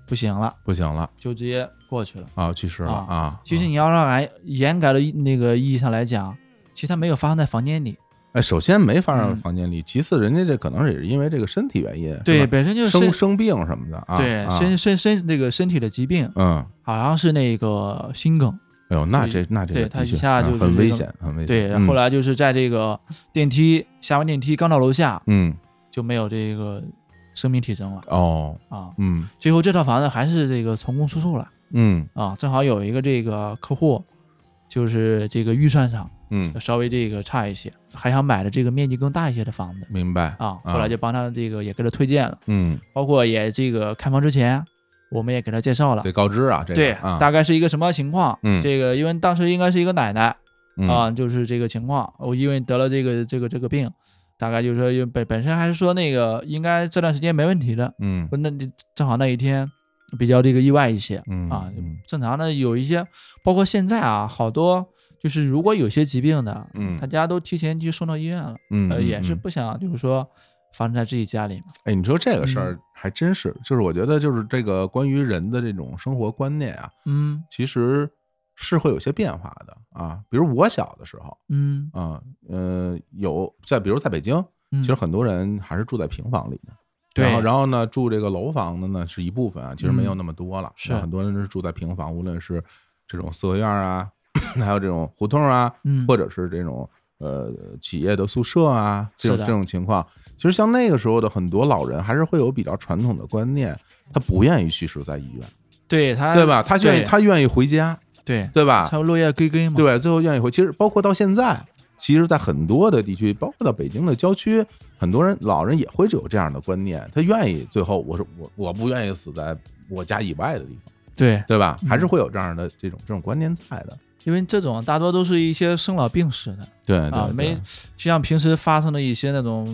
S2: 不行了，
S1: 不行了
S2: 就直接过去了。
S1: 啊，去世了
S2: 啊
S1: 啊。
S2: 其实
S1: 啊，
S2: 你要让来严格的那个意义上来讲，其实它没有发生在房间里，
S1: 哎，首先没法让
S2: 嗯
S1: 房间里，其次人家这可能也是因为这个身体原因，是
S2: 对，
S1: 吧
S2: 本身就是
S1: 生
S2: 身
S1: 生病什么的啊。
S2: 对
S1: 啊
S2: 身身身那个身体的疾病，
S1: 嗯，
S2: 好像是那个心梗，
S1: 哎呦，那
S2: 对
S1: 这那这
S2: 对
S1: 个
S2: 他
S1: 的
S2: 一
S1: 确
S2: 下
S1: 啊
S2: 就是
S1: 很
S2: 这
S1: 危
S2: 种
S1: 险，很危险。
S2: 对，
S1: 嗯
S2: 然后后来就是在这个电梯下完电梯刚到楼下，
S1: 嗯
S2: 就没有这个生命体征了
S1: 哦
S2: 啊。
S1: 嗯
S2: 最后这套房子还是这个成功出售了
S1: 嗯
S2: 啊，正好有一个这个客户，就是这个预算上
S1: 嗯，
S2: 稍微这个差一些，还想买的这个面积更大一些的房子
S1: 明白
S2: 啊，后来就帮他这个也给他推荐了，
S1: 嗯
S2: 包括也这个开房之前，我们也给他介绍了
S1: 得，告知啊，这个
S2: 对，
S1: 啊
S2: 大概是一个什么情况？
S1: 嗯
S2: 这个因为当时应该是一个奶奶
S1: 嗯
S2: 啊，就是这个情况，我因为得了这个这个这个病，大概就是说因为本本身还是说那个应该这段时间没问题的，
S1: 嗯
S2: 不那你正好那一天比较这个意外一些，
S1: 嗯
S2: 啊
S1: 嗯
S2: 正常的有一些，包括现在啊，好多就是如果有些疾病的，
S1: 嗯
S2: 大家都提前去送到医院了，
S1: 嗯
S2: 呃，
S1: 嗯
S2: 也是
S1: 嗯
S2: 不想就是说发生在自己家里嘛，
S1: 哎，你说这个事
S2: 嗯
S1: 儿还真是，就是我觉得就是这个关于人的这种生活观念啊，
S2: 嗯
S1: 其实是会有些变化的啊。比如我小的时候
S2: 嗯，
S1: 啊，呃，有在比如在北京，
S2: 嗯
S1: 其实很多人还是住在平房里的。
S2: 对嗯
S1: 然后，然后呢，住这个楼房的呢是一部分啊，其实没有那么多了。
S2: 是
S1: 然后很多人是住在平房，无论是这种四合院啊， 还有这种胡同啊，
S2: 嗯
S1: 或者是这种呃企业的宿舍啊，这种
S2: 是的
S1: 这种情况，其实像那个时候的很多老人还是会有比较传统的观念，他不愿意去世在医院，
S2: 对他
S1: 对吧？他愿意
S2: 哎对
S1: 他愿意回家，
S2: 对，
S1: 对吧？
S2: 才有落叶归根嘛。
S1: 对，最后愿意回。其实包括到现在，其实，在很多的地区，包括到北京的郊区，很多人老人也会有这样的观念，他愿意最后我是我我不愿意死在我家以外的地方，
S2: 对，
S1: 对吧？还是会有这样的这种这种观念在的。
S2: 因为这种大多都是一些生老病死的
S1: 对对
S2: 啊，
S1: 对
S2: 没就像平时发生的一些那种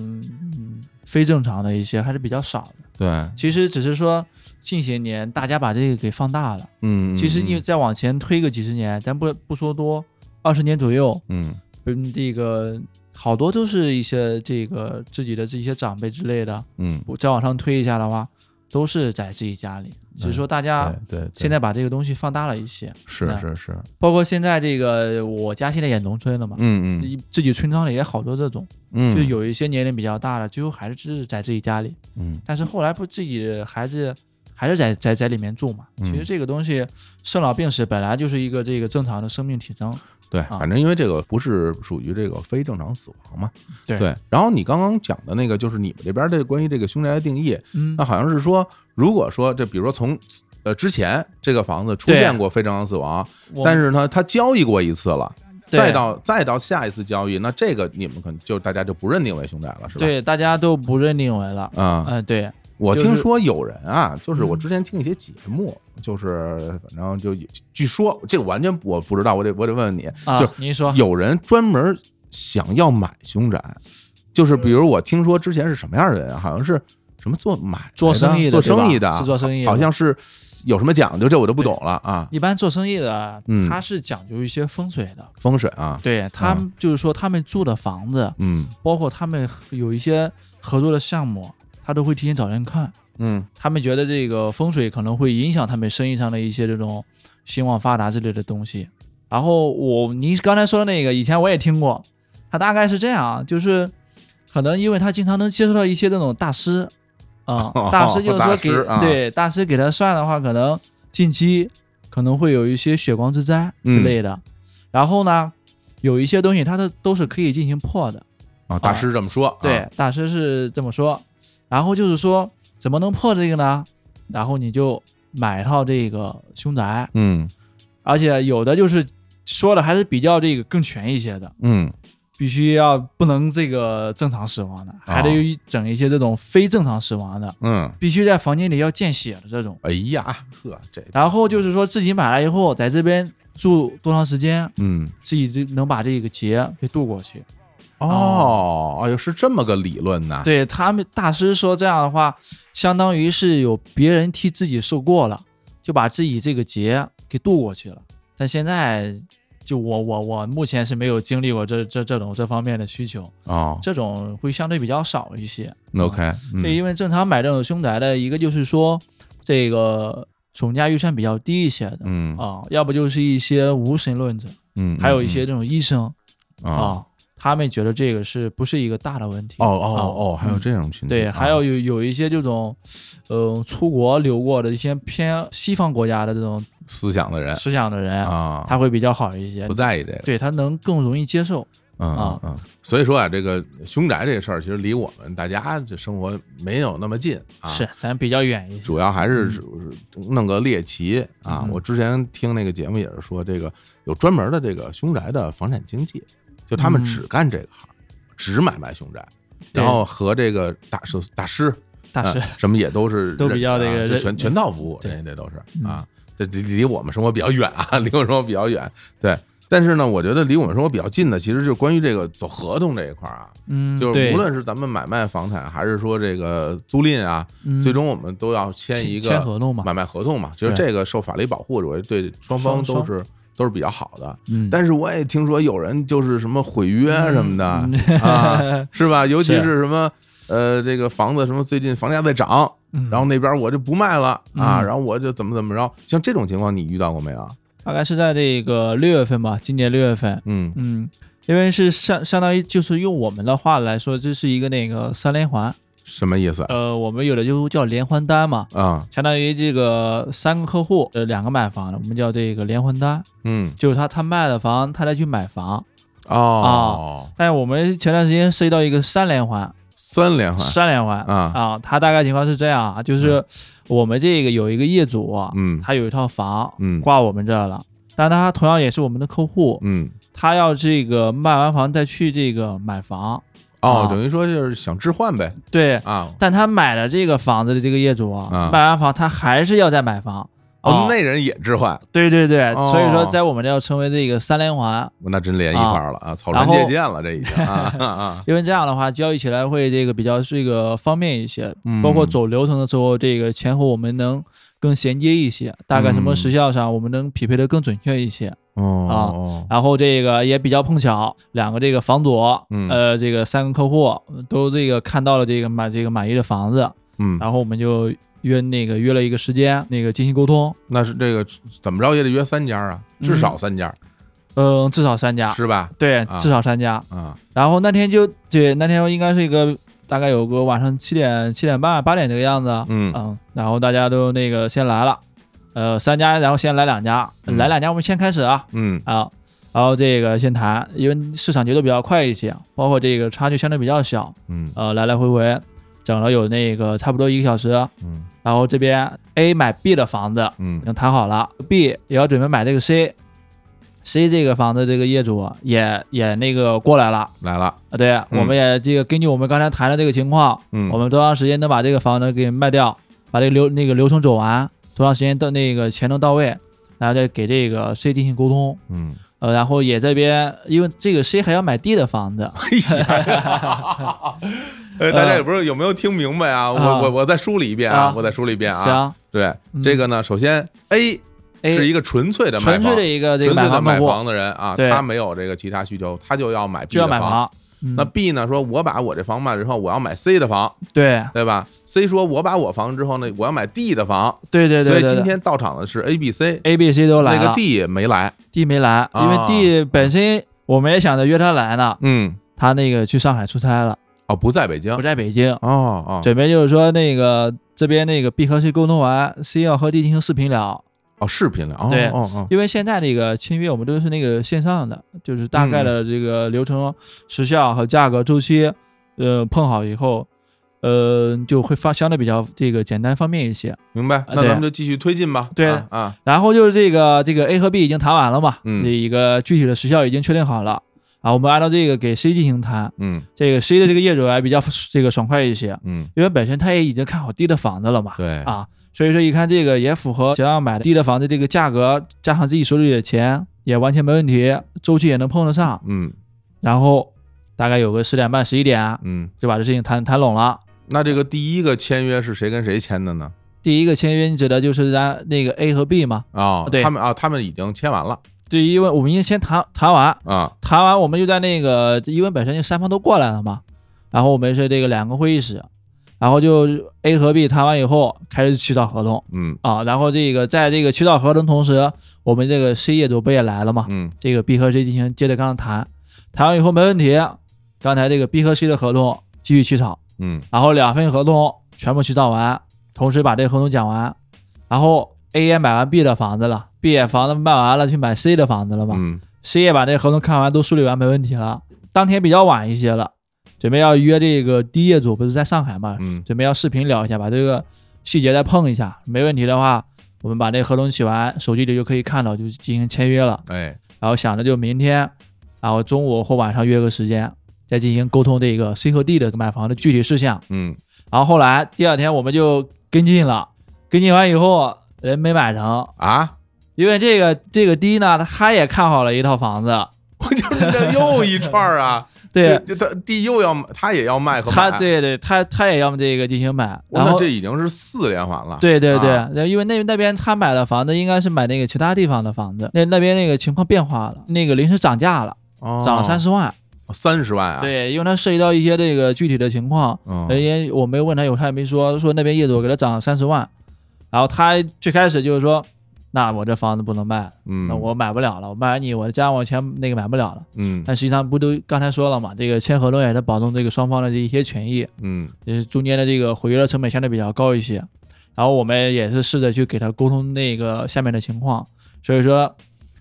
S2: 嗯非正常的一些还是比较少的。
S1: 对，嗯
S2: 其实只是说近些年大家把这个给放大了，
S1: 嗯，嗯
S2: 其实你再往前推个几十年，咱不不说多，二十年左右，
S1: 嗯
S2: 嗯，这个好多都是一些这个自己的这些长辈之类的，
S1: 嗯，
S2: 我再往上推一下的话，都是在自己家里，只是说大家
S1: 嗯对对，对
S2: 现在啊把这个东西放大了一些，
S1: 是
S2: 那
S1: 是是，
S2: 包括现在这个我家现在也农村了嘛，
S1: 嗯嗯
S2: 自己村庄里也好多这种，
S1: 嗯，
S2: 就有一些年龄比较大了，最后还是是在自己家里，
S1: 嗯
S2: 但是后来不自己孩子还是在在在里面住嘛。
S1: 嗯
S2: 其实这个东西生老病死本来就是一个这个正常的生命体征，
S1: 对，
S2: 啊
S1: 反正因为这个不是属于这个非正常死亡嘛。
S2: 对
S1: 然后你刚刚讲的那个就是你们这边的关于这个凶宅的定义，
S2: 嗯
S1: 那好像是说，如果说这比如说从呃之前这个房子出
S2: 对啊
S1: 现过非正常死亡，
S2: 我
S1: 但是呢他交易过一次了，
S2: 对
S1: 再到再到下一次交易，那这个你们可能就大家就不认定为凶宅了，是吧？
S2: 对大家都不认定为了，
S1: 啊、
S2: 嗯、对，
S1: 我
S2: 就是
S1: 听说有人啊，就是我
S2: 嗯
S1: 之前听一些节目，就是反正就据说这个完全我不知道，我得我得问问你，
S2: 啊
S1: 就，
S2: 您说
S1: 有人专门想要买凶宅，就是比如我听说之前是什么样的人啊，好像是什么做买卖的
S2: 做生意的
S1: 做生意
S2: 对
S1: 哎的啊
S2: 吧是做生意的
S1: 好像是有什么讲究，这我就不懂了啊。
S2: 一般做生意的
S1: 嗯，
S2: 他是讲究一些风水的，
S1: 风水啊，
S2: 对他
S1: 啊
S2: 们就是说他们住的房子，
S1: 嗯
S2: 包括他们有一些合作的项目，他都会提前找人看。
S1: 嗯
S2: 他们觉得这个风水可能会影响他们生意上的一些这种兴旺发达之类的东西。然后我你刚才说的那个，以前我也听过，他大概是这样啊，就是可能因为他经常能接触到一些这种大师， 啊、
S1: 哦
S2: 大师就是说给
S1: 大师啊
S2: 对大师给他算的话，可能近期可能会有一些血光之灾之
S1: 嗯
S2: 类的。然后呢，有一些东西它都都是可以进行破的，
S1: 啊，大师这么说，
S2: 哦对
S1: 啊，，
S2: 大师是这么说。然后就是说，怎么能破这个呢？然后你就买一套这个凶宅，
S1: 嗯
S2: 而且有的就是说的还是比较这个更全一些的，
S1: 嗯
S2: 必须要不能这个正常死亡的，还得整一些这种非正常死亡的，
S1: 嗯，
S2: 必须在房间里要见血的这种。
S1: 哎呀，呵，这
S2: 然后就是说自己买了以后，在这边住多长时间，
S1: 嗯
S2: 自己就能把这个劫给渡过去。
S1: 哦，哎呦，是这么个理论呐，
S2: 对他们大师说这样的话，相当于是有别人替自己受过了，就把自己这个劫给渡过去了。但现在就我我我目前是没有经历过这这这种这方面的需求，
S1: 哦
S2: 这种会相对比较少一些。
S1: ，OK，嗯
S2: 对，因为正常买这种凶宅的一个就是说这个总价预算比较低一些的。
S1: 嗯
S2: 啊、要不就是一些无神论者，
S1: 嗯，
S2: 还有一
S1: 嗯
S2: 些这种医生
S1: 嗯
S2: 啊、
S1: 啊
S2: 他们觉得这个是不是一个大的问题？
S1: 哦哦
S2: 啊
S1: 哦，还有
S2: 嗯
S1: 这种群体，
S2: 对，
S1: 啊
S2: 还有有有一些这种，呃，出国留过的一些偏西方国家的这种
S1: 思想的人
S2: 思想的人，
S1: 哎啊，
S2: 他会比较好一些
S1: 不，在意这个。
S2: 对他能更容易接受。
S1: 嗯
S2: 啊
S1: 嗯，所以说啊，这个凶宅这事儿，其实离我们大家这生活没有那么近啊，
S2: 是，咱比较远一些。
S1: 主要还是弄个猎奇啊
S2: 嗯。
S1: 我之前听那个节目也是说，这个有专门的这个凶宅的房产经纪，就他们
S2: 嗯
S1: 只干这个行，只买卖凶宅，
S2: 对
S1: 然后和这个大师大师
S2: 大师
S1: 呃，什么也都是
S2: 都比
S1: 认
S2: 较这
S1: 啊
S2: 个
S1: 就
S2: 认
S1: 全全套服务，
S2: 对嗯
S1: 这这都是啊，这离离我们生活比较远啊， 离我们生活比较远。对，但是呢，我觉得离我们生活比较近的，其实就是关于这个走合同这一块儿啊，
S2: 嗯，
S1: 就是
S2: 对
S1: 无论是咱们买卖房产，还是说这个租赁啊，
S2: 嗯
S1: 最终我们都要签一
S2: 签
S1: 个
S2: 合同嘛，
S1: 买卖合同嘛。其实
S2: 对
S1: 这个受法律保护，我觉得对双方
S2: 双
S1: 都是都是比较好的。
S2: 嗯，
S1: 但是我也听说有人就是什么毁约什么的 啊，是吧？尤其
S2: 嗯是
S1: 是什么呃，这个房子什么最近房价在涨，
S2: 嗯
S1: 然后那边我就不卖了啊，
S2: 嗯
S1: 然后我就怎么怎么着，像这种情况你遇到过没有？
S2: 大概是在这个六月份吧，今年六月份，
S1: 嗯
S2: 嗯，因为是相相当于就是用我们的话来说，这是一个那个三连
S1: 啊
S2: 环，
S1: 什么意思
S2: 呃，我们有的就叫连环单嘛，
S1: 啊？
S2: 相当于这个三个客户，呃，两个买房的，我们叫这个连环单，
S1: 嗯
S2: 就是他他卖了房，他再去买房。
S1: 哦，
S2: 但是我们前段时间涉及到一个三连环，
S1: 三连环，
S2: 三连环
S1: 啊
S2: 他大概情况是这样啊，就是我们这个有一个业主，
S1: 嗯
S2: 他有一套房
S1: 嗯
S2: 挂我们这儿了，但他同样也是我们的客户，
S1: 嗯，
S2: 他要这个卖完房再去这个买房，
S1: 哦
S2: 啊，
S1: 等于说就是想置换呗，
S2: 对，
S1: 啊，
S2: 但他买了这个房子的这个业主
S1: 啊
S2: 卖完房他还是要再买房。
S1: 哦
S2: 啊，
S1: 那人也置换，
S2: 对对对，
S1: 哦
S2: 所以说在我们这要成为这个三连环，
S1: 那真连一块儿了啊，草
S2: 然
S1: 船
S2: 后
S1: 借箭了，这已经 啊啊啊，
S2: 因为这样的话交易起来会这个比较这个方便一些，
S1: 嗯
S2: 包括走流程的时候，这个前后我们能更衔接一些，大概什么
S1: 嗯
S2: 时效上我们能匹配的更准确一些。
S1: 哦，
S2: 然后这个也比较碰巧，两个这个房主，
S1: 嗯
S2: 呃，这个三个客户都这个看到了这个满这个满意的房子，
S1: 嗯，
S2: 然后我们就约那个约了一个时间，那个进行沟通，
S1: 那是这个怎么着也得约三家啊，至少三家
S2: 嗯、至少三家，
S1: 是吧？
S2: 对
S1: 啊，
S2: 至少三家。
S1: 啊，
S2: 然后那天就对，那天应该是一个大概有个晚上七点七点半八点这个样子，
S1: 嗯
S2: 嗯，然后大家都那个先来了，呃，三家，然后先来两家，
S1: 嗯
S2: 来两家我们先开始啊
S1: 嗯
S2: 啊，然后这个先谈，因为市场节奏比较快一些，包括这个差距相对比较小，
S1: 嗯
S2: 呃，来来回回整了有那个差不多一个小时，
S1: 嗯
S2: 然后这边 A 买 B 的房子已
S1: 嗯
S2: 经谈好了，B 也要准备买这个 C，C 这个房子这个业主也也那个过来了。
S1: 来了，
S2: 啊，对，我们也这个根据我们刚才谈的这个情况，
S1: 嗯
S2: 我们多长时间能把这个房子给卖掉，把这个流那个流程走完，多长时间到那个钱能到位，然后再给这个 C 进行沟通。
S1: 嗯，
S2: 呃，然后也这边，因为这个 C 还要买 D 的房子，
S1: 哎呀，呃，大家也不是有没有听明白啊？我
S2: 啊
S1: 我我再梳理一遍啊
S2: 啊，
S1: 我再梳理一遍啊。
S2: 行
S1: 对，
S2: 嗯
S1: 这个呢，首先 A
S2: ，A
S1: 是一个纯粹的卖
S2: 纯
S1: 房，
S2: 粹的一个这个
S1: 纯粹的
S2: 房
S1: 买
S2: 客户
S1: 房的人啊，
S2: 对
S1: 他没有这个其他需求，他就要买 B
S2: 就要
S1: 的
S2: 买
S1: 房。
S2: 房，嗯
S1: 那 B 呢？说我把我这房卖了之后，我要买 C 的房，
S2: 对
S1: 对吧？C 说我把我房之后呢，我要买 D 的房。
S2: 对对
S1: 所
S2: 对
S1: 以
S2: 对，
S1: 今天到场的是 A、B、C，
S2: A、B、C 都来
S1: 那
S2: 了
S1: 个 D 没来。
S2: D 没来，因为
S1: 啊
S2: D 本身我们也想着约他来呢，
S1: 嗯，
S2: 他那个去上海出差了，
S1: 哦，不在北京
S2: 不。在北京，
S1: 哦哦
S2: 准备就是说那个这边那个 B 和 C 沟通完，C 要和 D 进行视频聊，
S1: 哦，视频了。哦
S2: 对
S1: 哦哦，
S2: 因为现在那个签约我们都是那个线上的，就是大概的这个流程、时效和价格周期，呃，碰好以后，呃，就会发相对比较这个简单方便一些。
S1: 明白。那
S2: 啊对
S1: 咱们就继续推进吧。
S2: 对
S1: 啊啊，
S2: 然后就是这个这个 A 和 B 已经谈完了嘛，
S1: 嗯
S2: 这一个具体的时效已经确定好了。啊，我们按照这个给 C 进行谈，
S1: 嗯
S2: 这个 C 的这个业主还比较这个爽快一些，
S1: 嗯，
S2: 因为本身他也已经看好 D 的房子了嘛，
S1: 对，
S2: 啊，所以说一看这个也符合想要买低的房子这个价格，加上自己手里的钱也完全没问题，周期也能碰得上。
S1: 嗯
S2: 然后大概有个十点半、十一点啊
S1: 嗯。
S2: 就把这事情谈谈拢了。
S1: 那这个第一个签约是谁跟谁签的呢？
S2: 第一个签约，你指的就是咱那个 A 和 B 嘛？
S1: 哦，
S2: 对
S1: 他们啊、他们已经签完了
S2: 就因为我们已经先谈谈完，
S1: 啊，
S2: 谈完我们就在那个，因为本身就三方都过来了嘛，然后我们是这个两个会议室，然后就 A 和 B 谈完以后开始起草合同
S1: 嗯
S2: 啊，然后这个在这个起草合同同时，我们这个 C 业主不也来了嘛？
S1: 嗯
S2: 这个 B 和 C 进行接着刚刚谈，谈完以后没问题，刚才这个 B 和 C 的合同继续起草，
S1: 嗯
S2: 然后两份合同全部起草完，同时把这个合同讲完，然后 A 也买完 B 的房子了，B 也房子卖完了，去买 C 的房子了嘛、
S1: 嗯
S2: c 也把这个合同看完都梳理完没问题了，当天比较晚一些了，准备要约这个 D 业主不是在上海嘛，
S1: 嗯
S2: 准备要视频聊一下，把这个细节再碰一下，没问题的话。我们把这合同起完，手机里就可以看到，就进行签约了。
S1: 哎，
S2: 然后想着就明天，然后中午或晚上约个时间，再进行沟通这个 C 和 D 的买房的具体事项。
S1: 嗯
S2: 然后后来第二天我们就跟进了，跟进完以后人没买成，
S1: 啊，
S2: 因为这个这个 D 呢，他也看好了一套房子，
S1: 我就是这又一串儿啊，
S2: 对
S1: 这，这他弟又要他也要卖和买
S2: 他，对对，他他也要这个进行买，
S1: 哇
S2: 然
S1: 那
S2: 后
S1: 这。已经是四连环了，
S2: 对对对，
S1: 啊
S2: 然后因为那那边他买的房子应该是买那个其他地方的房子，那那边那个情况变化了，那个临时涨价了，
S1: 哦，
S2: 涨了三十万。
S1: 三十万啊，，
S2: 对，哎因为它涉及到一些这个具体的情况，
S1: 嗯
S2: 人家我没问他有，他也没说，说那边业主给他涨三十万，然后他最开始就是说，那我这房子不能卖，
S1: 嗯，
S2: 那我买不了了，我卖完你，我加上我钱那个买不了了。
S1: 嗯
S2: 但实际上不都刚才说了嘛，这个签合同也是保证这个双方的这一些权益，
S1: 嗯
S2: 也是中间的这个毁约的成本相对比较高一些。然后我们也是试着去给他沟通那个下面的情况，所以说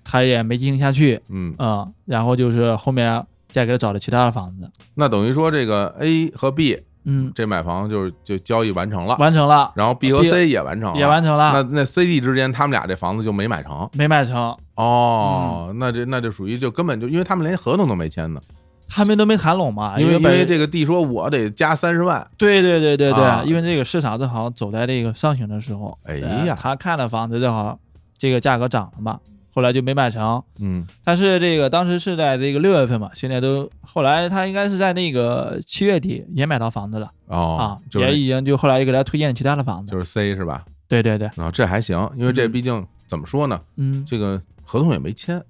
S2: 他也没进行下去，
S1: 嗯，
S2: 嗯，然后就是后面再给他找了其他的房子，
S1: 那等于说这个 A 和 B
S2: 嗯，
S1: 这买房就是就交易完成了，
S2: 完成了，
S1: 然后 B 和
S2: B-
S1: C 也完成了，
S2: 也完成了，
S1: 那那 C、D 之间他们俩这房子就没买成
S2: 没买成，
S1: 哦，
S2: 嗯
S1: 那这那就属于就根本就因为他们连合同都没签呢，
S2: 他们都没谈拢嘛，
S1: 因为因
S2: 啊本
S1: 为这个 D 说我得加三十万，
S2: 对对对对对，
S1: 啊
S2: 因为这个市场正好走在这个上行的时候，
S1: 哎
S2: 呃
S1: 呀
S2: 他看的房子正好这个价格涨了嘛，后来就没买成。
S1: 嗯
S2: 但是这个当时是在这个六月份嘛，现在都后来他应该是在那个七月底也买到房子了、
S1: 哦
S2: 啊，，
S1: 就是
S2: 也已经就后来就给他推荐其他的房子。
S1: 就是 C 是吧？
S2: 对对对，
S1: 啊，这还行，因为这
S2: 嗯
S1: 毕竟怎么说呢，
S2: 嗯，
S1: 这个合同也没签，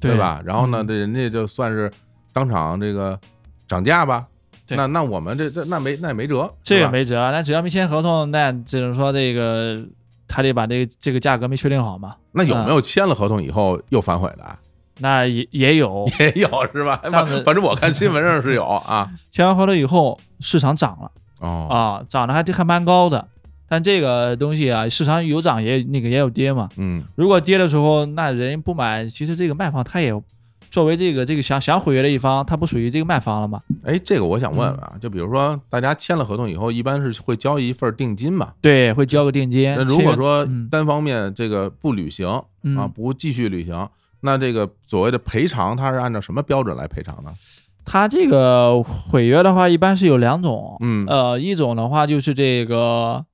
S2: 对
S1: 对？吧？然后呢，
S2: 嗯
S1: 这人家就算是当场这个涨价吧，
S2: 对
S1: 那那我们这这那没那也没辙，
S2: 这
S1: 是
S2: 个
S1: 吧
S2: 没辙，啊那只要没签合同，那只能说这个他得把这个这个价格没确定好嘛。
S1: 那有没有签了合同以后又反悔的 啊？
S2: 那也也有
S1: 也有是吧？
S2: 上次
S1: 反反正我看新闻上 是有啊。
S2: 签完合同以后，市场涨了。
S1: 哦，
S2: 啊，涨得还还蛮高的。但这个东西啊，市场有涨也那个也有跌嘛。
S1: 嗯，
S2: 如果跌的时候，那人不买，其实这个卖方他也作为这个这个想想毁约的一方，他不属于这个卖方了嘛？
S1: 哎，这个我想问问啊，
S2: 嗯
S1: 就比如说大家签了合同以后，一般是会交一份定金嘛？
S2: 对，会交个定金。
S1: 那如果说
S2: 嗯
S1: 单方面这个不履行
S2: 嗯
S1: 啊，不继续履行，那这个所谓的赔偿，它是按照什么标准来赔偿呢？
S2: 他这个毁约的话，一般是有两种，
S1: 嗯
S2: 呃，一种的话就是这个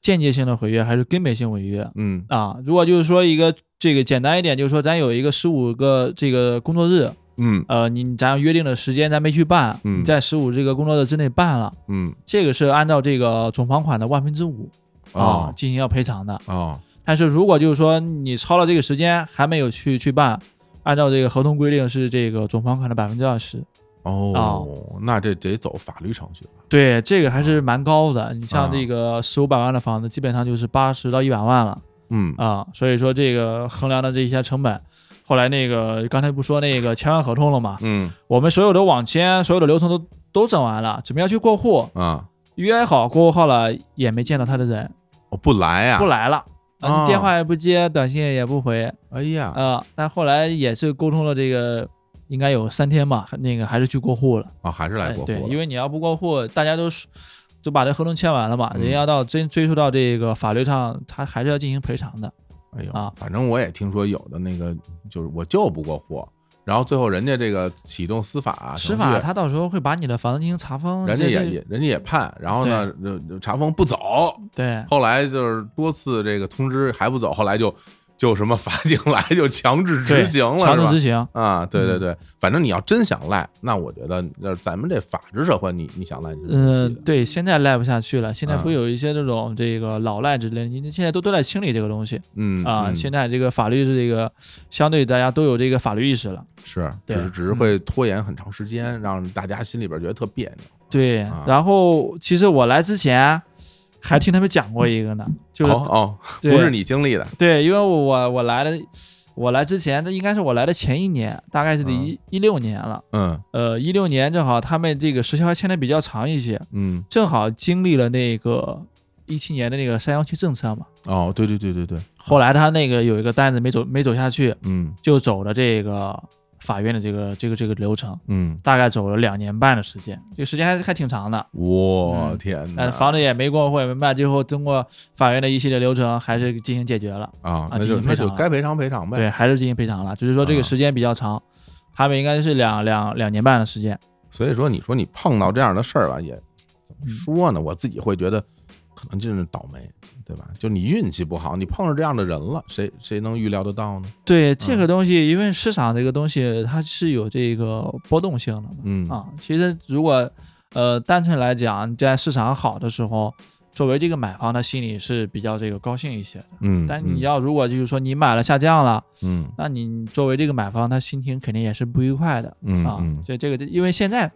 S2: 间接性的毁约，还是根本性违约
S1: 嗯
S2: 啊。如果就是说一个这个简单一点，就是说咱有一个十五个这个工作日，
S1: 嗯
S2: 呃，你咱约定的时间咱没去办，
S1: 嗯
S2: 你在十五这个工作日之内办了，
S1: 嗯，
S2: 这个是按照这个总房款的万分之五啊
S1: 哦
S2: 进行要赔偿的。
S1: 哦，
S2: 但是如果就是说你超了这个时间还没有去去办，按照这个合同规定是这个总房款的百分之二十。啊
S1: 哦，那这得走法律程序了。
S2: 对，这个还是蛮高的。你
S1: 哦啊
S2: 像这个十五百万的房子，基本上就是八十到一百万了
S1: 嗯
S2: 啊。所以说这个衡量的这些成本，后来那个刚才不说那个签完合同了吗？
S1: 嗯
S2: 我们所有的网签，所有的流程都都整完了，准备要去过户，
S1: 啊，
S2: 约好过户号了，也没见到他的人，
S1: 我哦不来呀
S2: 不，来了。
S1: 啊
S2: 啊，电话也不接，短信也不回啊、
S1: 哎呀，
S2: 但后来也是沟通了这个，应该有三天吧，那个还是去过户了。
S1: 啊，还是来
S2: 哎
S1: 过户
S2: 对，
S1: 了
S2: 因为你要不过户，大家都是就把这合同签完了嘛，
S1: 嗯
S2: 人家到真追溯到这个法律上，他还是要进行赔偿的。
S1: 哎呦
S2: 啊，
S1: 反正我也听说有的那个就是我就不过户，然后最后人家这个启动司法
S2: 司
S1: 啊程
S2: 法
S1: 序
S2: 他到时候会把你的房子进行查封，
S1: 人家
S2: 这
S1: 也
S2: 这嗯
S1: 也人家也判，然后呢就就查封不走，
S2: 对
S1: 后来就是多次这个通知还不走，后来就就什么法警来就强制执
S2: 对
S1: 行了，
S2: 强
S1: 是吧
S2: 制执行。
S1: 啊，对
S2: 嗯
S1: 对对，反正你要真想赖，那我觉得呃咱们这法治社会你，你想赖你是没戏
S2: 嗯
S1: 的，
S2: 对，现在赖不下去了。现在
S1: 嗯
S2: 不有一些这种这个老赖之类的，你现在都都在清理这个东西
S1: 嗯
S2: 啊、
S1: 嗯
S2: 现在这个法律是这个相对大家都有这个法律意识了。
S1: 是只
S2: 对嗯
S1: 是只是会拖延很长时间，让大家心里边觉得特别扭。
S2: 对，
S1: 啊
S2: 然后其实我来之前还听他们讲过一个呢，就是、
S1: 哦哦，
S2: 对
S1: 不是你经历的，
S2: 对，因为我我我来了，我来之前那应该是我来的前一年，大概是得
S1: 嗯
S2: 一一六年了。
S1: 嗯
S2: 呃，一六年正好他们这个时效还签的比较长一些，
S1: 嗯，
S2: 正好经历了那个一七年的那个三幺七政策嘛。
S1: 哦，对对对对对，
S2: 后来他那个有一个单子没走没走下去，
S1: 嗯
S2: 就走了这个法院的这个这个这个流程，
S1: 嗯，
S2: 大概走了两年半的时间，这个时间还还挺长的。
S1: 我
S2: 嗯
S1: 天哪，
S2: 但是房子也没过户，也没卖，最后通过法院的一系列流程，还是进行解决了。
S1: 啊，那
S2: 进
S1: 就
S2: 行
S1: 那
S2: 赔
S1: 就
S2: 偿了
S1: 该赔偿赔偿呗。
S2: 对，还是进行赔偿了，只是说这
S1: 啊
S2: 个时间比较长，他们应该是两两两年半的时间。
S1: 所以说，你说你碰到这样的事儿吧，也
S2: 嗯
S1: 怎么说呢？我自己会觉得，可能真是倒霉，对吧？就你运气不好，你碰上这样的人了，谁谁能预料得到呢？
S2: 对
S1: 嗯
S2: 这个东西，因为市场这个东西它是有这个波动性的嘛。
S1: 嗯
S2: 啊，其实如果呃单纯来讲，你在市场好的时候，作为这个买方，他心里是比较这个高兴一些的。
S1: 嗯，
S2: 但你要如果就是说你买了下降了，
S1: 嗯
S2: 那你作为这个买方，他心情肯定也是不愉快的。
S1: 嗯
S2: 啊
S1: 嗯，
S2: 所以这个就因为现在，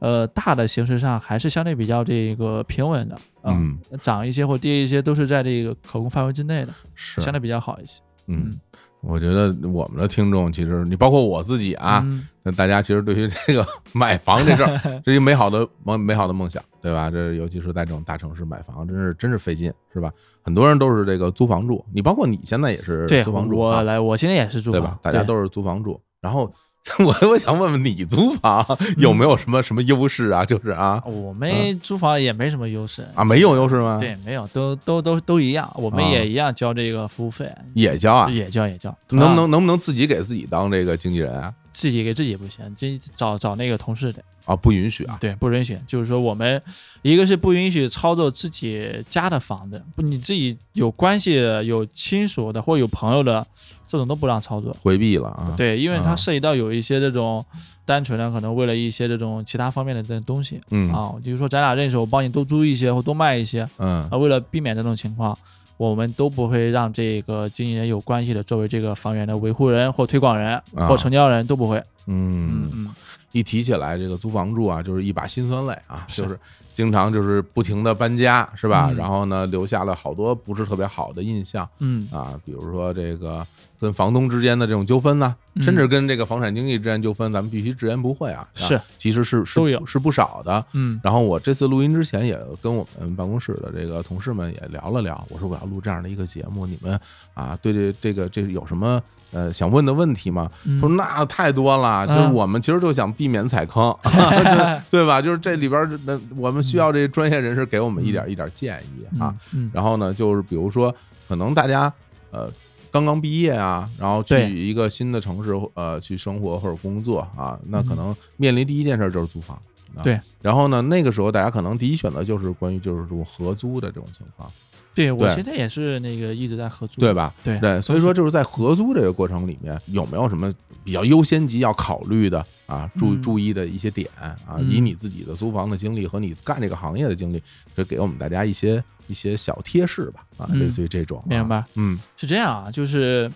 S2: 呃，大的形式上还是相对比较这个平稳的，啊，
S1: 嗯
S2: 涨一些或跌一些都是在这个可控范围之内的，
S1: 是
S2: 相对比较好一些
S1: 嗯。我觉得我们的听众其实，你包括我自己啊，
S2: 嗯
S1: 那大家其实对于这 个买房这事儿，这是一美好的梦，美好的梦想，对吧？这尤其是在这种大城市买房，真是真是费劲，是吧？很多人都是这个租房住，你包括你现在也是
S2: 对，
S1: 租房住，
S2: 我
S1: 啊。
S2: 来，我现在也是住
S1: 对
S2: 房，
S1: 吧？大家都是租房住，然后 我我想问问你租房
S2: 嗯
S1: 有没有什么什么优势啊？就是啊
S2: 我们租房也没什么优势
S1: 啊，没有优势吗？，
S2: 对，没有，都都都都一样，我们
S1: 啊
S2: 也一样交这个服务费，
S1: 也交啊，
S2: 也交也交，
S1: 能不
S2: 啊
S1: 能能不能自己给自己当这个经纪人啊？
S2: 自己给自己不行，就找找那个同事的，
S1: 啊，不允许啊！
S2: 对，不允许，就是说我们一个是不允许操作自己家的房子，不你自己有关系的、有亲属的或有朋友的这种都不让操作。
S1: 回避了啊。，
S2: 对，因为它
S1: 啊
S2: 涉及到有一些这种单纯的，可能为了一些这种其他方面的这东西
S1: 嗯
S2: 啊，比如说咱俩认识，我帮你多租一些或多卖一些，
S1: 嗯
S2: 啊，为了避免这种情况，我们都不会让这个经纪人有关系的作为这个房源的维护人或推广人
S1: 啊
S2: 或成交人都不会。
S1: 嗯
S2: 嗯，嗯，
S1: 一提起来这个租房住啊，就是一把辛酸泪啊，
S2: 是
S1: 就是经常就是不停的搬家，是吧？
S2: 嗯
S1: 然后呢，留下了好多不是特别好的印象
S2: 嗯，
S1: 啊，比如说这个跟房东之间的这种纠纷呢、
S2: 嗯
S1: 甚至跟这个房产经纪之间纠纷，咱们必须直言不讳啊，
S2: 是，
S1: 其实是是
S2: 都有
S1: 是不少的。
S2: 嗯
S1: 然后我这次录音之前也跟我们办公室的这个同事们也聊了聊，我说我要录这样的一个节目，你们啊对这这个这有什么呃想问的问题吗？
S2: 嗯
S1: 他说那太多了，就是
S2: 嗯
S1: 我们其实就想避免踩 坑，就是对吧？就是这里边儿那我们需要这专业人士给我们一点一点建议啊。，
S2: 嗯，
S1: 然后呢，就是比如说可能大家呃。刚刚毕业啊，然后去
S2: 对
S1: 一个新的城市，呃，去生活或者工作啊，那可
S2: 嗯
S1: 能面临第一件事就是租房。啊
S2: 对，
S1: 然后呢，那个时候大家可能第一选择就是关于就是这种合租的这种情况，
S2: 对我
S1: 对
S2: 现在也是那个一直在合租，
S1: 对？吧？
S2: 对
S1: 对，所以说就是在合租这个过程里面，有没有什么比较优先级要考虑的啊？注
S2: 嗯
S1: 注意的一些点啊，
S2: 嗯
S1: 以你自己的租房的经历和你干这个行业的经历，这给我们大家一些一些小贴士吧啊，
S2: 嗯
S1: 类似于这种、
S2: 明？白
S1: 嗯
S2: 是这样啊，就是。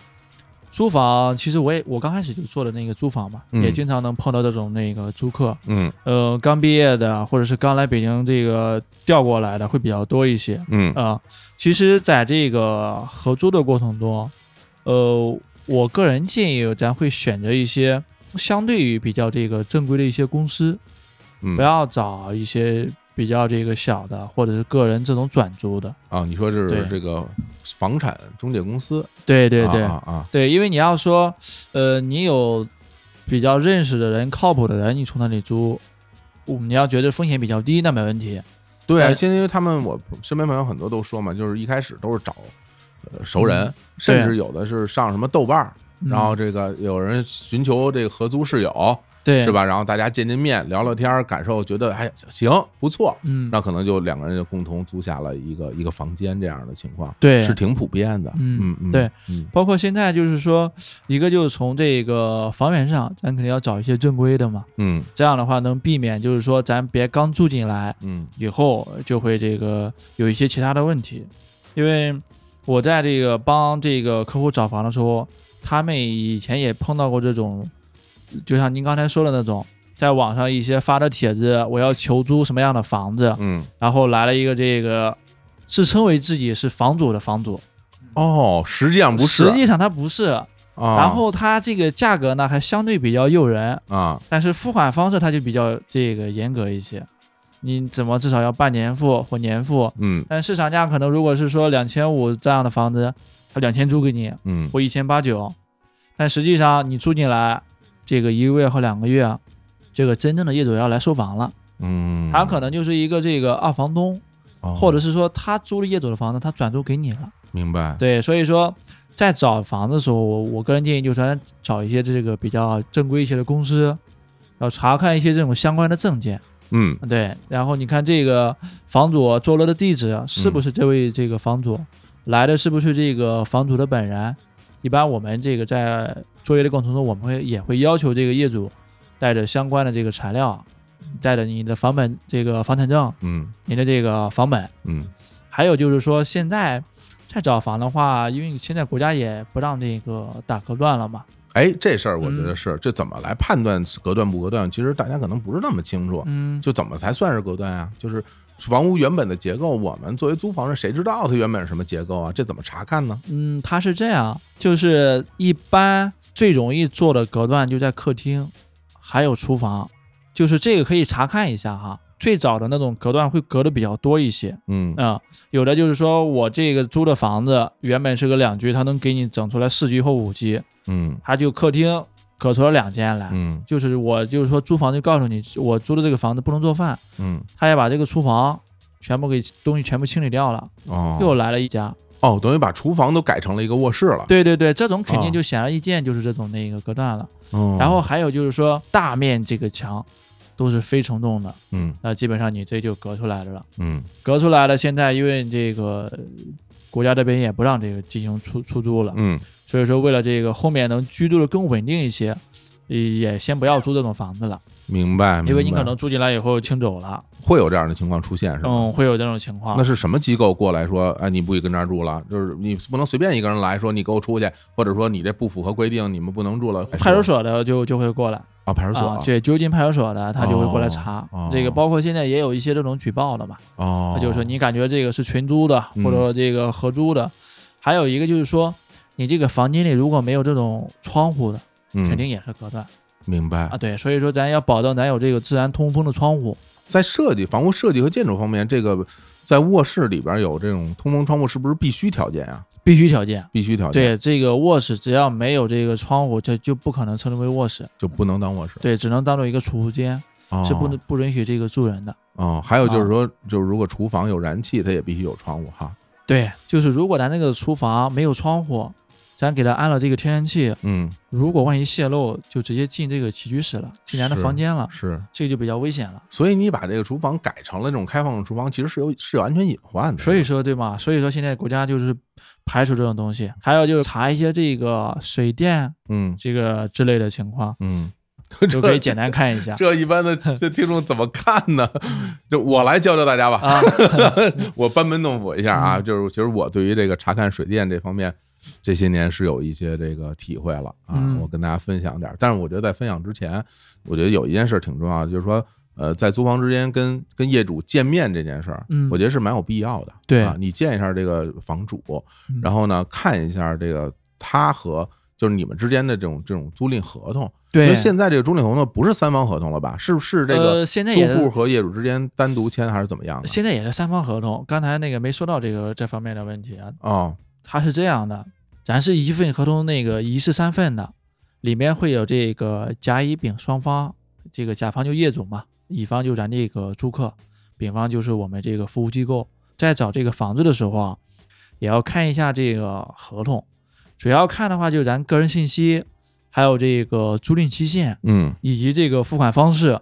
S2: 租房其实我也我刚开始就做的那个租房嘛，
S1: 嗯
S2: 也经常能碰到这种那个租客，
S1: 嗯
S2: 呃，刚毕业的或者是刚来北京这个调过来的会比较多一些。
S1: 嗯
S2: 啊、其实在这个合租的过程中，呃，我个人建议咱会选择一些相对于比较这个正规的一些公司，
S1: 嗯，
S2: 呃不要找一些比较这个小的或者是个人这种转租的。
S1: 啊，你说这是
S2: 对
S1: 这个房产中介公司，
S2: 对对
S1: 啊
S2: 对、
S1: 啊啊，
S2: 对，因为你要说，呃，你有比较认识的人、靠谱的人，你从那里租，嗯你要觉得风险比较低，那没问题。
S1: 对啊，
S2: 但
S1: 现在因为他们我身边朋友很多都说嘛，就是一开始都是找呃熟人，甚至有的是上什么豆瓣儿，
S2: 嗯
S1: 然后这个有人寻求这个合租室友，
S2: 对
S1: 是？吧？然后大家见见面，聊聊天儿，感受觉得哎行不错，
S2: 嗯，
S1: 那可能就两个人就共同租下了一个一个房间这样的情况，
S2: 对，
S1: 是挺普遍的。
S2: 嗯
S1: 嗯嗯，
S2: 对
S1: 嗯，
S2: 包括现在就是说，一个就是从这个房源上，咱肯定要找一些正规的嘛，
S1: 嗯
S2: 这样的话能避免就是说咱别刚住进来
S1: 嗯
S2: 以后就会这个有一些其他的问题，因为我在这个帮这个客户找房的时候，他们以前也碰到过这种，就像您刚才说的那种。在网上一些发的帖子，我要求租什么样的房子，
S1: 嗯，
S2: 然后来了一个这个自称为自己是房主的房主，
S1: 哦，实际上不是
S2: 实，际上他不是，
S1: 啊
S2: 然后它这个价格呢还相对比较诱人，
S1: 啊，
S2: 但是付款方式它就比较这个严格一些，你怎么至少要半年付或年付？
S1: 嗯
S2: 但市场价可能如果是说两千五这样的房子，它两千租给你
S1: 嗯
S2: 或一千八九，但实际上你住进来这个一个月或两个月，这个真正的业主要来收房了，
S1: 嗯，
S2: 他可能就是一个这个二房东，
S1: 哦
S2: 或者是说他租了业主的房子，他转租给你了。
S1: 明白，
S2: 对，所以说在找房子的时候，我我个人建议就是咱找一些这个比较正规一些的公司，要查看一些这种相关的证件。
S1: 嗯
S2: 对，然后你看这个房主坐落的地址啊是不是这位这个房主、来的，是不是这个房主的本人？一般我们这个在作业的过程中，我们会也会要求这个业主带着相关的这个材料，带着你的房本这个房产证、
S1: 嗯
S2: 您的这个房本，
S1: 嗯
S2: 还有就是说，现在再找房的话，因为现在国家也不让这个打隔断了嘛。
S1: 哎，这事儿我觉得
S2: 嗯
S1: 是，这怎么来判断隔断不隔断？其实大家可能不是那么清楚，
S2: 嗯，
S1: 就怎么才算是隔断啊？就是房屋原本的结构，我们作为租房人，谁知道它原本是什么结构啊？这怎么查看呢？
S2: 嗯，它是这样，就是一般最容易做的隔断就在客厅，还有厨房，就是这个可以查看一下哈。最早的那种隔断会隔的比较多一些，
S1: 嗯
S2: 嗯，有的就是说我这个租的房子原本是个两居，它能给你整出来四居或五居，
S1: 嗯
S2: 它就客厅搁出了两间来。
S1: 嗯
S2: 就是我就是说租房就告诉你，我租的这个房子不能做饭，
S1: 嗯
S2: 他也把这个厨房全部给东西全部清理掉了，
S1: 哦
S2: 又来了一家。
S1: 哦，等于把厨房都改成了一个卧室了。
S2: 对对对，这种肯定
S1: 啊
S2: 就显而易见，就是这种那个隔断了。
S1: 嗯，
S2: 然后还有就是说大面这个墙都是非承重的，
S1: 嗯
S2: 那基本上你这就隔出来了了。
S1: 嗯
S2: 隔出来了，现在因为这个呃国家这边也不让这个进行出出租了，
S1: 嗯
S2: 所以说为了这个后面能居住的更稳定一些，呃也先不要租这种房子了，
S1: 明白，
S2: 因为你
S1: 明白
S2: 可能住进来以后清走了，
S1: 会有这样的情况出现，是吧？
S2: 嗯，会有这种情况
S1: 那。是什么机构过来说，哎，你不许跟这儿住了，就是你不能随便一个人来说你给我出去，或者说你这不符合规定，你们不能住了。
S2: 派出所的就就会过来
S1: 啊，派出所
S2: 啊，对，就近派出所的他就会过来
S1: 哦
S2: 查
S1: 哦。
S2: 这个包括现在也有一些这种举报的嘛，
S1: 哦，
S2: 啊就是说你感觉这个是群租的，
S1: 嗯
S2: 或者这个合租的，还有一个就是说，你这个房间里如果没有这种窗户的，
S1: 嗯
S2: 肯定也是隔断、
S1: 明白
S2: 啊。。对，所以说咱要保证咱有这个自然通风的窗户。
S1: 在设计房屋设计和建筑方面，这个在卧室里边有这种通风窗户，是不是必须条件啊？
S2: 必须条件，
S1: 必须条件，
S2: 对这个卧室，只要没有这个窗户，这就不可能称之为卧室，
S1: 就不能当卧室，
S2: 对，只能当做一个储物间，
S1: 哦
S2: 是不能不允许这个住人的。
S1: 哦。还有就是说，就是如果厨房有燃气，它也必须有窗户哈。
S2: 对，就是如果咱这个厨房没有窗户，咱给它安了这个天然气，
S1: 嗯，
S2: 如果万一泄漏，就直接进这个起居室了，进咱的
S1: 是
S2: 房间了，
S1: 是。
S2: 这个就比较危险了。
S1: 所以你把这个厨房改成了这种开放式厨房，其实是有是有安全隐患的。
S2: 所以说，对吗？所以说现在国家就是排除这种东西，还有就是查一些这个水电
S1: 嗯
S2: 这个之类的 情况，
S1: 嗯，
S2: 就可以简单看一下
S1: 这一般的这听众怎么看 呢？就我来教教大家吧，
S2: 啊。 嗯
S1: 我班门弄斧一下啊。就是其实我对于这个查看水电这方面，这些年是有一些这个体会了啊
S2: 嗯。
S1: 我跟大家分享点儿，但是我觉得在分享之前，我觉得有一件事儿挺重要的，就是说。呃，在租房之间跟跟业主见面这件事儿，
S2: 嗯
S1: 我觉得是蛮有必要的。
S2: 对
S1: 啊，你见一下这个房主，
S2: 嗯
S1: 然后呢，看一下这个他和就是你们之间的这种这种租赁合同，因
S2: 对
S1: 为，现在这个租赁合同不是三方合同了吧？是是这个
S2: 呃现在也
S1: 租户
S2: 是
S1: 和业主之间单独签还是怎么样的？
S2: 现在也是三方合同，刚才那个没说到这个这方面的问题啊，
S1: 哦，
S2: 它是这样的，咱是一份合同那个一式三份的，里面会有这个甲乙丙双方，这个甲方就业主嘛，乙方就咱这个租客，丙方就是我们这个服务机构。在找这个房子的时候啊，也要看一下这个合同，主要看的话就是咱个人信息，还有这个租赁期限，
S1: 嗯
S2: 以及这个付款方式，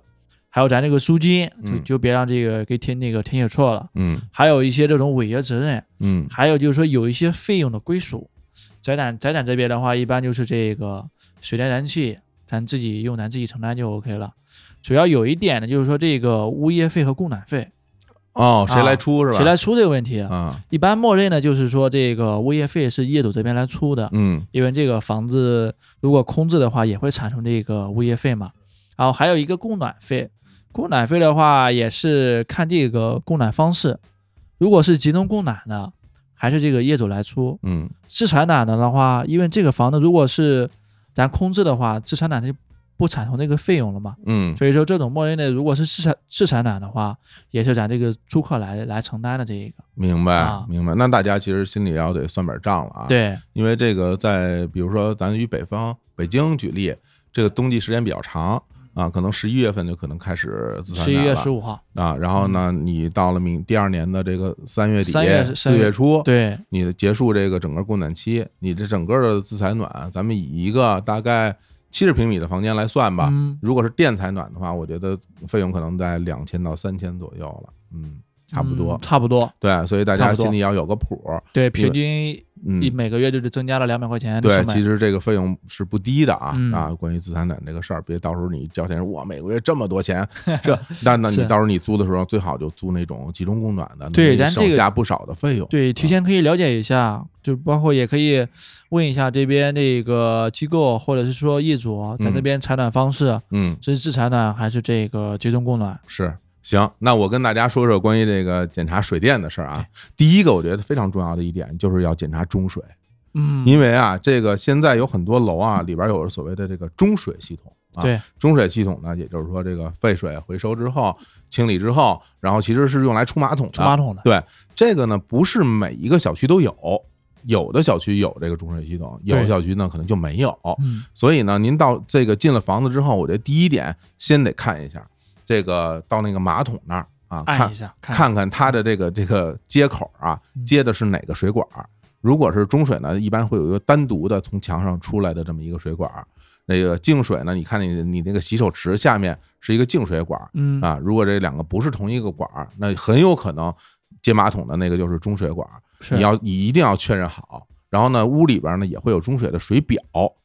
S2: 还有咱这个租金，就
S1: 嗯
S2: 就别让这个给填那个填写错了。
S1: 嗯
S2: 还有一些这种违约责任，
S1: 嗯
S2: 还有就是说有一些费用的归属，宅展宅展这边的话，一般就是这个水电燃气，咱自己用咱自己承担就 OK 了。主要有一点呢，就是说这个物业费和供暖费
S1: 哦，谁
S2: 啊
S1: 来出是吧？
S2: 谁来出这个问题，
S1: 啊？
S2: 一般默认呢就是说这个物业费是业主这边来出的，
S1: 嗯
S2: 因为这个房子如果空置的话，也会产生这个物业费嘛。然后还有一个供暖费，供暖费的话也是看这个供暖方式，如果是集中供暖的，还是这个业主来出。
S1: 嗯
S2: 自传暖的的话，因为这个房子如果是咱空置的话，自传暖就不产生这个费用了嘛。
S1: 嗯
S2: 所以说这种默认的，如果是自产自产暖的话，也是咱这个租客来来承担的这一个。
S1: 明白
S2: 啊
S1: 明白。那大家其实心里要得算本账了啊。，
S2: 对，
S1: 因为这个在比如说咱以北方北京举例，这个冬季时间比较长啊，可能十一月份就可能开始自产
S2: 十一
S1: 奶
S2: 月
S1: 了
S2: 十五号，
S1: 啊，然后呢，你到了明第二年的这个三月底、
S2: 三月
S1: 四
S2: 三
S1: 月
S2: 月
S1: 初，
S2: 对，
S1: 你结束这个整个供暖期，你这整个的自采暖，咱们以一个大概七十平米的房间来算吧。
S2: 嗯，
S1: 如果是电采暖的话，我觉得费用可能在两千到三千左右了，嗯，差不多
S2: 嗯。差不多。
S1: 对，所以大
S2: 差
S1: 家
S2: 不多
S1: 心里要有个谱。因
S2: 对，
S1: 为
S2: 平均一
S1: 嗯，
S2: 每个月就是增加了两百块钱的
S1: 对
S2: 成，本。
S1: 其实这个费用是不低的啊
S2: 嗯
S1: 啊！关于自采暖这个事儿，别到时候你交钱，哇，每个月这么多 钱，这那那你
S2: 是
S1: 到时候你租的时候最好就租那种集中供暖的，
S2: 对
S1: 能
S2: 咱
S1: 省
S2: 这个
S1: 下不少的费用。
S2: 对，提
S1: 啊
S2: 前可以了解一下，就包括也可以问一下这边这个机构或者是说业主，咱
S1: 嗯
S2: 这边采暖方式
S1: 嗯，
S2: 是自采暖还是这个集中供暖？
S1: 是。行，那我跟大家说说关于这个检查水电的事儿啊。第一个，我觉得非常重要的一点就是要检查中水，
S2: 嗯，
S1: 因为啊，这个现在有很多楼啊里边有所谓的这个中水系统啊。，
S2: 对，
S1: 中水系统呢，也就是说这个废水回收之后、清理之后，然后其实是用来出马桶的。
S2: 冲马桶的，
S1: 对这个呢，不是每一个小区都有有的小区有这个中水系统，有的
S2: 对
S1: 小区呢可能就没有。
S2: 嗯
S1: 所以呢，您到这个进了房子之后，我觉得第一点先得看一下这个到那个马桶那儿啊，看
S2: 嗯按一下看
S1: 看看它的这个这个接口啊，
S2: 嗯
S1: 接的是哪个水管儿。如果是中水呢，一般会有一个单独的从墙上出来的这么一个水管儿。那个净水呢，你看你你那个洗手池下面是一个净水管儿
S2: 嗯
S1: 啊。如果这两个不是同一个管儿，那很有可能接马桶的那个就是中水管儿。
S2: 是
S1: 你要你一定要确认好。然后呢，屋里边呢也会有中水的水表，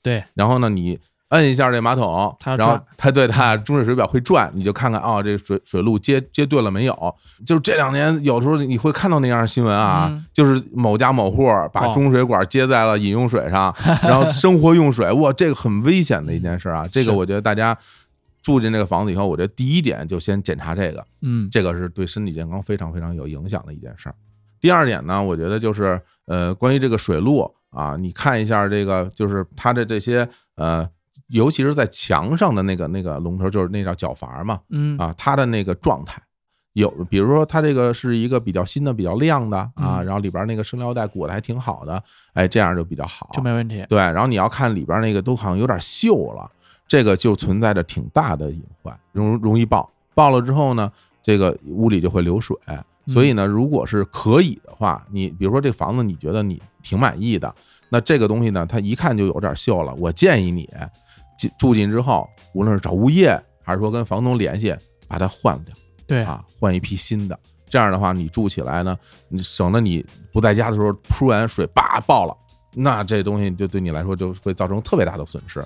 S2: 对
S1: 然后呢，你摁一下这马桶，
S2: 它
S1: 然后
S2: 转
S1: 它对它中水水表会转，你就看看啊、这水水路接接对了没有？就是这两年有时候你会看到那样的新闻啊，
S2: 嗯
S1: 就是某家某户把
S2: 哦
S1: 中水管接在了饮用水 上，然后生活用水，哇，这个很危险的一件事啊！这个
S2: 是
S1: 我觉得大家。住进这个房子以后，我觉得第一点就先检查这个，
S2: 嗯
S1: 这个是对身体健康非常非常有影响的一件事儿。第二点呢，我觉得就是呃，关于这个水路啊，你看一下这个，就是它的这些呃，尤其是在墙上的那个那个龙头，就是那叫角阀嘛
S2: 嗯
S1: 啊，它的那个状态。有，比如说它这个是一个比较新的、比较亮的啊，
S2: 嗯
S1: 然后里边那个生料带裹的还挺好的，哎，这样就比较好，
S2: 就没问题
S1: 对，然后你要看里边那个都好像有点锈了，这个就存在着挺大的隐患，容容易爆。爆了之后呢，这个屋里就会流水。所以呢，如果是可以的话，你比如说这房子你觉得你挺满意的，那这个东西呢，它一看就有点锈了。我建议你进住进之后，无论是找物业还是说跟房东联系，把它换掉。
S2: 对
S1: 啊，换一批新的。这样的话，你住起来呢，你省得你不在家的时候突然水叭爆了，那这东西就对你来说就会造成特别大的损失。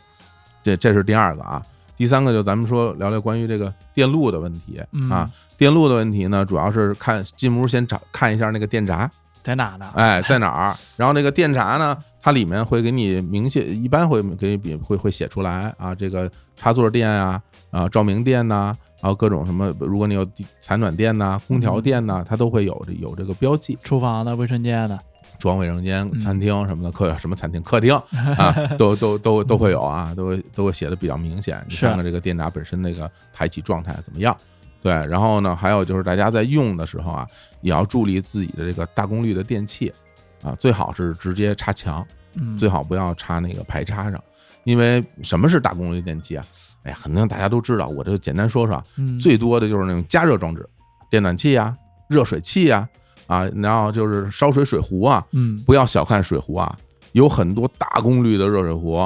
S1: 这这是第二个啊，第三个就咱们说聊聊关于这个电路的问题
S2: 嗯
S1: 啊。电路的问题呢，主要是看进屋先找看一下那个电闸，
S2: 在哪呢？
S1: 哎，在哪儿？然后那个电闸呢，它里面会给你明确，一般会给你会会写出来啊，这个插座电啊，啊照明电呐、然后各种什么，如果你有地采暖电呐、空调电呐、它都会有这有这个标记，
S2: 厨房的、卫生间的，
S1: 厨房、卫生间、
S2: 嗯
S1: 餐厅什么的，客什么餐厅、客 厅啊，都都都都会有啊，都会都会写的比较明显。你
S2: 是
S1: 看看这个电闸本身那个抬起状态怎么样？对，然后呢，还有就是大家在用的时候啊，也要注意自己的这个大功率的电器啊，最好是直接插墙，
S2: 嗯，
S1: 最好不要插那个排插上，因为什么是大功率电器啊？哎呀，肯定大家都知道，我就简单说说啊，
S2: 嗯
S1: 最多的就是那种加热装置，电暖器啊、热水器啊啊，然后就是烧水水壶啊，
S2: 嗯
S1: 不要小看水壶啊，有很多大功率的热水壶，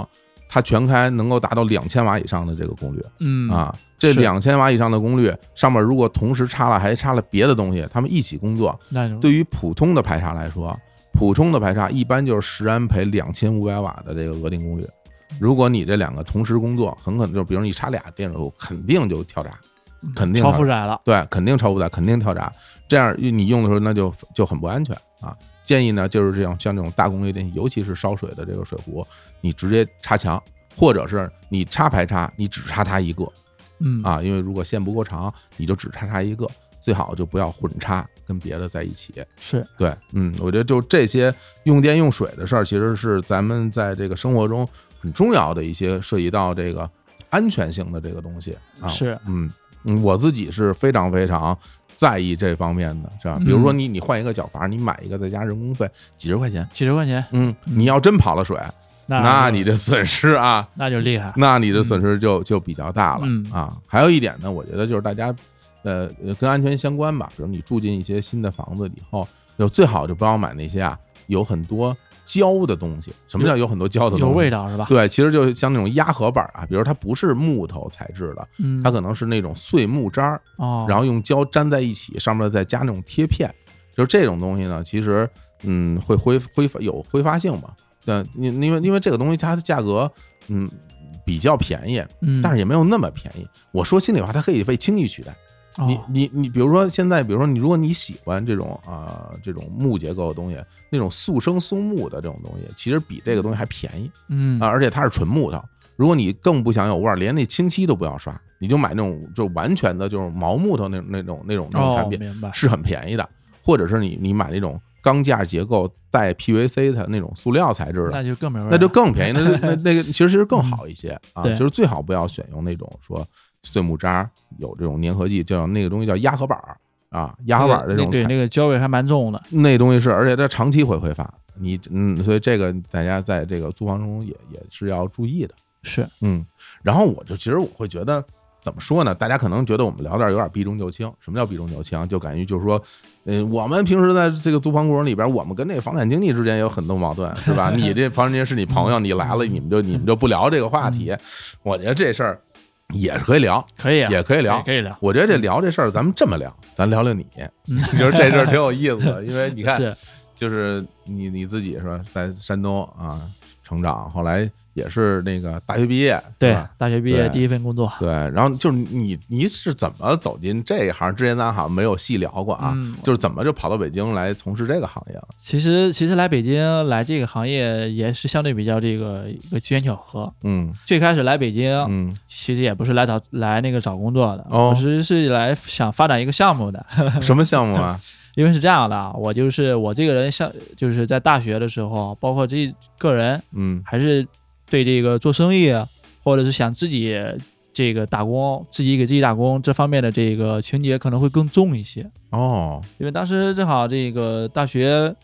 S1: 它全开能够达到两千瓦以上的这个功率
S2: 嗯
S1: 啊。这
S2: 是
S1: 两千瓦以上的功率，上面如果同时插了还插了别的东西，它们一起工作，
S2: 那种
S1: 对于普通的排插来说，普通的排插一般就是十安培两千五百瓦的这个额定功率。如果你这两个同时工作，很可能就比如你插俩电水壶，肯定就跳闸，肯定
S2: 超
S1: 的
S2: 负载了，
S1: 对，肯定超负载，肯定跳闸。这样你用的时候，那就就很不安全啊。建议呢，就是这样，像这种大功率电器，尤其是烧水的这个水壶，你直接插墙，或者是你插排插，你只插它一个
S2: 嗯，
S1: 啊，因为如果线不够长，你就只插它一个，最好就不要混插跟别的在一起。
S2: 是
S1: 对，嗯，我觉得就这些用电用水的事儿，其实是咱们在这个生活中很重要的一些涉及到这个安全性的这个东西啊。
S2: 是，
S1: 嗯，嗯我自己是非常非常在意这方面的，是吧？比如说
S2: 嗯
S1: 你你换一个脚阀，你买一个再加人工费几十块钱，
S2: 几十块钱，
S1: 嗯，
S2: 嗯
S1: 你要真跑了水，
S2: 那
S1: 那
S2: 那
S1: 你这损失啊，
S2: 那就厉害，
S1: 那你的损失就就比较大了
S2: 嗯
S1: 啊。还有一点呢，我觉得就是大家，呃，呃跟安全相关吧。比如你住进一些新的房子以后，就最好就不要买那些啊有很多胶的东西。什么叫有很多胶的东西？
S2: 有味
S1: 道。
S2: 道是吧？
S1: 对，其实就是像那种压合板啊，比如它不是木头材质的，
S2: 嗯，
S1: 它可能是那种碎木渣儿，
S2: 哦，
S1: 然后用胶粘在一起，上面再加那种贴片，就是这种东西呢，其实嗯会挥挥发有挥发性嘛。对，因因为因为这个东西它的价格嗯比较便宜，
S2: 嗯，
S1: 但是也没有那么便宜。我说心里话，它可以被轻易取代。你
S2: 哦
S1: 你你，比如说现在，比如说你，如果你喜欢这种啊、这种木结构的东西，那种速生松木的这种东西，其实比这个东西还便宜。
S2: 嗯
S1: 啊，而且它是纯木头。如果你更不想有味儿，连那清漆都不要刷，你就买那种就完全的就是毛木头那那种那种那种
S2: 哦
S1: 产，品，
S2: 明白，
S1: 是很便宜的。或者是你你买那种钢架结构带 PVC 的那种塑料材质的，
S2: 那就更没味儿了，
S1: 那就更便宜，那那那那个其实其实更好一些啊。
S2: 对
S1: 就是最好不要选用那种说碎木渣儿有这种粘合剂，叫那个东西叫压合板儿啊，压合板儿
S2: 那
S1: 这
S2: 个
S1: 种
S2: 对
S1: 材
S2: 那个焦味还蛮重的，
S1: 那东西是，而且它长期会挥发。你嗯，所以这个大家在这个租房中也也是要注意的。
S2: 是
S1: 嗯，然后我就其实我会觉得怎么说呢？大家可能觉得我们聊点有点避重就轻。什么叫避重就轻？就感觉就是说，嗯、我们平时在这个租房过程里边，我们跟那房产经纪之间有很多矛盾，是吧？你这房产经纪是你朋友，你来了，你们就你们就不聊这个话
S2: 嗯
S1: 题。我觉得这事儿也是可以聊，
S2: 可以啊，
S1: 也可以聊
S2: 也。可以聊，
S1: 我觉得这聊这事儿，咱们这么聊，咱聊聊你， 就是这事儿挺有意思的，因为你看，
S2: 嗯是
S1: 就是你你自己是吧，在山东啊成长，后来也是那个大学毕业，是
S2: 对
S1: 吧
S2: 大学毕业
S1: 对
S2: 第一份工作
S1: 对，然后就是你你是怎么走进这一行？之前咱好像没有细聊过啊，
S2: 嗯
S1: 就是怎么就跑到北京来从事这个行业了？
S2: 其实其实来北京来这个行业也是相对比较这个一个机缘巧合。
S1: 嗯
S2: 最开始来北京，
S1: 嗯，
S2: 其实也不是来找来那个找工作的，
S1: 哦
S2: 我其实是来想发展一个项目的。
S1: 什么项目啊？
S2: 因为是这样的啊，我就是我这个人像就是在大学的时候，包括这个人
S1: 嗯
S2: 还是对这个做生意或者是想自己这个打工，自己给自己打工这方面的这个情节可能会更重一些。
S1: 哦
S2: 因为当时正好这个大学，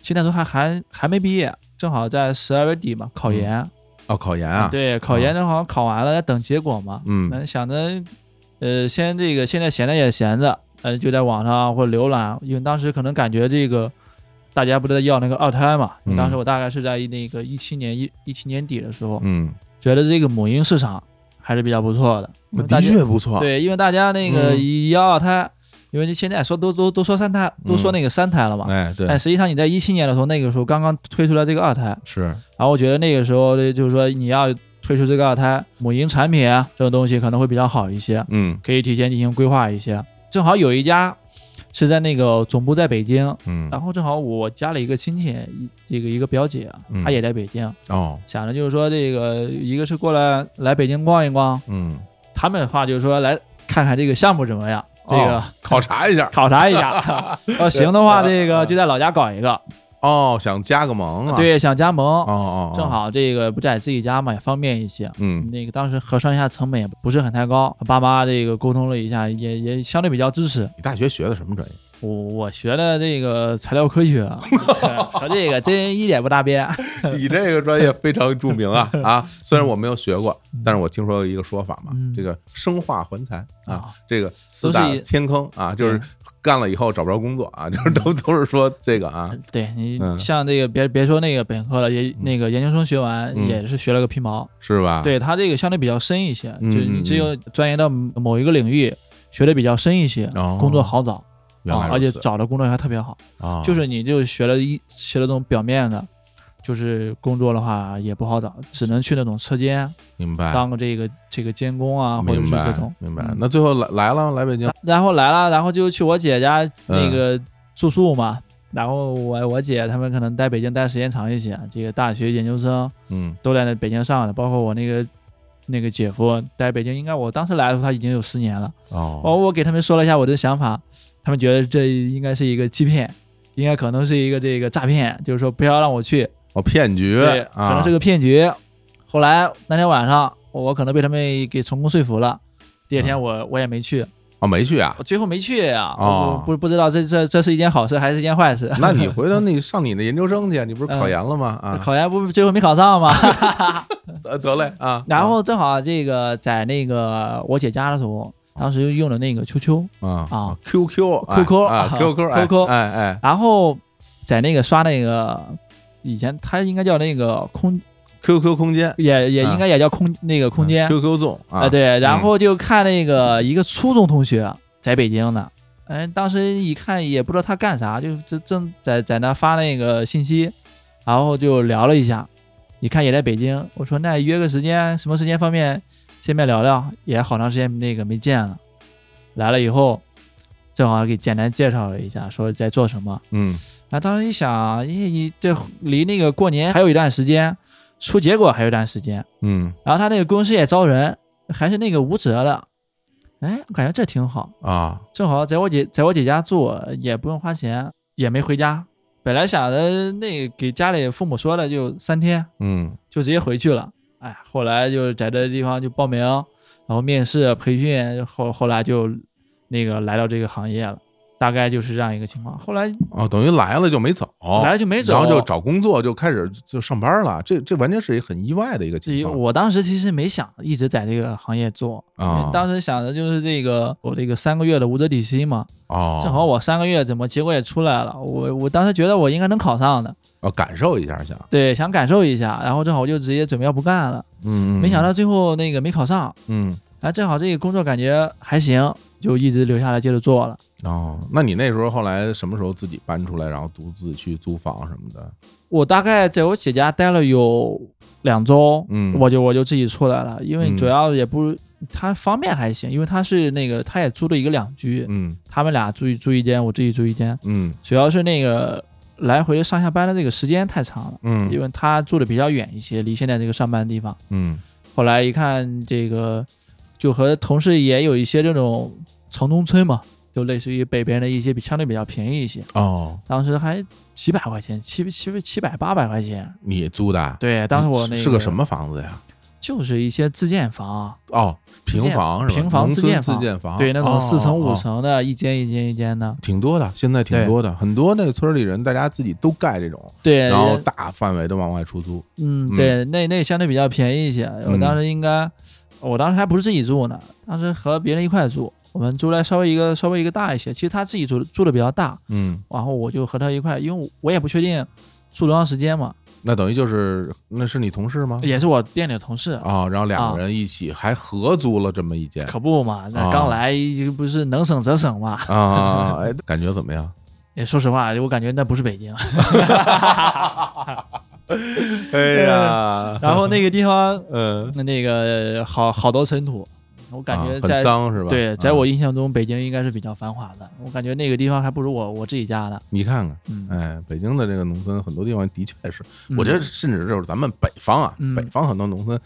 S2: 其实那时候还还还没毕业，正好在十二月底嘛，考研。
S1: 哦，考研啊，
S2: 对，考研正好考完了，在等结果嘛。
S1: 嗯
S2: 那想着，呃，先这个现在闲着也闲着，呃，就在网上或者浏览，因为当时可能感觉这个大家不都在要那个二胎嘛，因为当时
S1: 嗯
S2: 我大概是在那个一七年一一七年底的时候，
S1: 嗯，
S2: 觉得这个母婴市场还是比较不错的。因为大
S1: 的
S2: 家
S1: 确不错，
S2: 对，因为大家那个
S1: 啊嗯
S2: 一要二胎，因为现在说都都都说三胎，都说
S1: 嗯
S2: 那个三胎了嘛。
S1: 哎对
S2: 但实际上你在一七年的时候，那个时候刚刚推出了这个二胎，
S1: 是，
S2: 然后我觉得那个时候就是说你要推出这个二胎母婴产品啊这种东西可能会比较好一些，
S1: 嗯
S2: 可以提前进行规划一些。正好有一家是在那个总部在北京，
S1: 嗯
S2: 然后正好我家里一个亲戚，一这个一个表姐啊
S1: 嗯，
S2: 她也在北京，
S1: 哦
S2: 想着就是说这个一个是过来来北京逛一逛，
S1: 嗯，
S2: 他们的话就是说来看看这个项目怎么样，这个、
S1: 哦考察一下，
S2: 考 察一下。要行的话，
S1: 对嗯
S2: 这个就在老家搞一个，
S1: 哦，想加个盟啊，，
S2: 对，想加
S1: 哦
S2: 盟，
S1: 哦，哦
S2: 正，好这个不在自己家嘛，也方便一些。
S1: 嗯
S2: 那个当时核算一下成本也不是很太高，爸妈这个沟通了一下，也也相对比较支持。
S1: 你大学学的什么专 业？
S2: 我我学的这个材料 科学和这个真一点不搭边。
S1: 你这个专业非常著名啊 啊！虽然我没有学过，但是我听说有一个说法嘛，
S2: 嗯
S1: 这个生化还财啊
S2: 啊，
S1: 这个四大
S2: 都是
S1: 天坑啊，就是
S2: 对嗯
S1: 干了以后找不着工作啊，就是都都是说这个啊，
S2: 对你
S1: 嗯
S2: 像这个别别说那个本科了，也那个研究生学完
S1: 嗯
S2: 也是学了个皮毛，
S1: 是吧？，
S2: 对它这个相对比较深一些，
S1: 啊嗯
S2: 就你只有钻研到某一个领域，学的比较深一些，
S1: 哦
S2: 工作好找
S1: 原
S2: 啊
S1: 来，
S2: 而
S1: 如
S2: 且
S1: 此
S2: 找的工作还特别好。
S1: 啊，
S2: 就是你就学了一学了这种表面的，就是工作的话也不好找，只能去那种车间
S1: 明白，
S2: 当个这个这个监工啊，或者
S1: 哎明
S2: 是这
S1: 白
S2: 种，。
S1: 明白
S2: 嗯。
S1: 那最后来来了，来北京，
S2: 然后来了，然后就去我姐家那个
S1: 嗯
S2: 住宿嘛。然后我我姐他们可能在北京待时间长一些，这个大学研究生
S1: 嗯，
S2: 都在那北京上的，包括我那个那个姐夫在北京，应该我当时来的时候他已经有十年了。
S1: 哦，
S2: 哦，我给他们说了一下我的想法，他们觉得这应该是一个欺骗，应该可能是一个这个诈骗，就是说不要让我去，
S1: 哦，骗局，
S2: 对，
S1: 啊
S2: 可能是个骗局。后来那天晚上，我可能被他们给成功说服了。第
S1: 嗯
S2: 二天我、我也没去，
S1: 哦，没去 啊
S2: 我。最后没去呀、
S1: 哦
S2: 我不不知道这这这是一件好事还是一件坏事。
S1: 那你回头那上你的研究生去，啊你不是考
S2: 嗯
S1: 研了吗？啊，
S2: 考研不最后没考上吗？
S1: 得得嘞啊。
S2: 然后正好这个在那个我姐家的时候，当时用的那个 QQ，
S1: 啊
S2: 啊
S1: ，QQ 哎
S2: QQ
S1: 啊
S2: 啊
S1: ，QQ 哎
S2: QQ
S1: 哎哎，
S2: 然后在那个刷那个以前它应该叫那个空，
S1: QQ 空间，
S2: 也也
S1: 啊
S2: 应该也叫空、那个空间
S1: QQ 纵啊，
S2: 啊，对，然后就看那个一个初中同学在北京的，哎，当时一看也不知道他干啥，就正正在在那发那个信息，然后就聊了一下，一看也在北京，我说那约个时间，什么时间方便见面聊聊，也好长时间那个没见了，来了以后，正好给简单介绍了一下，说在做什么，
S1: 嗯，
S2: 啊，当时一想，咦，你这离那个过年还有一段时间，出结果还有一段时间。
S1: 嗯
S2: 然后他那个公司也招人，还是那个吴哲的，哎，我感觉这挺好，
S1: 嗯啊，
S2: 正好在我姐在我姐家住，也不用花钱，也没回家。本来想着那个给家里父母说了就三天，
S1: 嗯
S2: 就直接回去了。哎，后来就在这地方就报名，然后面试培训，后后来就那个来到这个行业了。大概就是这样一个情况。后来
S1: 哦，等于来了就没走，
S2: 来了就没
S1: 哦
S2: 走，
S1: 然后就找工作，就开始就上班了。这这完全是一个很意外的一个
S2: 至于
S1: 情况。
S2: 我当时其实没想一直在这个行业做，
S1: 啊
S2: 因为当时想的就是这个我这个三个月的无责底薪嘛，
S1: 哦，
S2: 正好我三个月怎么结果也出来了，我我当时觉得我应该能考上的，
S1: 哦，感受一下想，
S2: 对，想感受一下，然后正好我就直接准备要不干了，
S1: 嗯，嗯
S2: 没想，到最后那个没考上，
S1: 嗯，
S2: 然后正好这个工作感觉还行，就一直留下来接着做了。
S1: 哦，那你那时候后来什么时候自己搬出来，然后独自去租房什么的？
S2: 我大概在我姐家待了有两周，
S1: 嗯
S2: 我就我就自己出来了，因为
S1: 嗯
S2: 主要也不。她方便还行，因为她是那个，她也租了一个两居，
S1: 嗯
S2: 他们俩住一住一间，我自己住一间。
S1: 嗯
S2: 主要是那个来回上下班的这个时间太长了，因
S1: 嗯
S2: 为他住的比较远一些，离现在这个上班的地方。
S1: 嗯
S2: 后来一看这个，就和同事也有一些这种城中村嘛，就类似于北边的一些比相对比较便宜一些，
S1: 哦，
S2: 当时还几百块钱，七七七百八百块钱。
S1: 你租的？啊
S2: 对，当时我那
S1: 是个什，么房子呀？
S2: 就是一些自建房，
S1: 哦，
S2: 自
S1: 平
S2: 建
S1: 房是吧？
S2: 平房
S1: 农
S2: 自
S1: 村
S2: 建
S1: 自
S2: 房
S1: 建房，
S2: 对，那种
S1: 哦
S2: 四层五。
S1: 哦
S2: 层的，一间一间一间的，
S1: 挺多的，现在挺
S2: 对
S1: 多的，很多那个村里人，大家自己都盖这种，
S2: 对，
S1: 然后大范围的往外出租。
S2: 嗯，
S1: 嗯
S2: 对，那那相对比较便宜一些。我当时应该，我当时还不是自己住呢，当时和别人一块住。我们租来稍微一个稍微一个大一些，其实他自己住住的比较大，
S1: 嗯，
S2: 然后我就和他一块，因为我我也不确定住多长时间嘛，
S1: 那等于就是那是你同事吗？
S2: 也是我店里的同事，
S1: 啊、然后两个人一起还合租了这么一间
S2: 可不嘛，
S1: 哦
S2: 那刚来这个不是能省则省嘛。
S1: 啊，哎，感觉怎么样？
S2: 也说实话，我感觉那不是北京。
S1: 哎呀，
S2: 然后那个地方，
S1: 嗯，
S2: 那那个好好多尘土，我感觉
S1: 啊
S2: 在、
S1: 很脏是吧？
S2: 对，
S1: 啊
S2: 在我印象中，北京应该是比较繁华的。我感觉那个地方还不如我我自己家呢。
S1: 啊你看看，
S2: 嗯，
S1: 哎，北京的这个农村很多地方的确是，
S2: 嗯
S1: 我觉得甚至就是咱们北方啊，
S2: 嗯
S1: 北方很多农村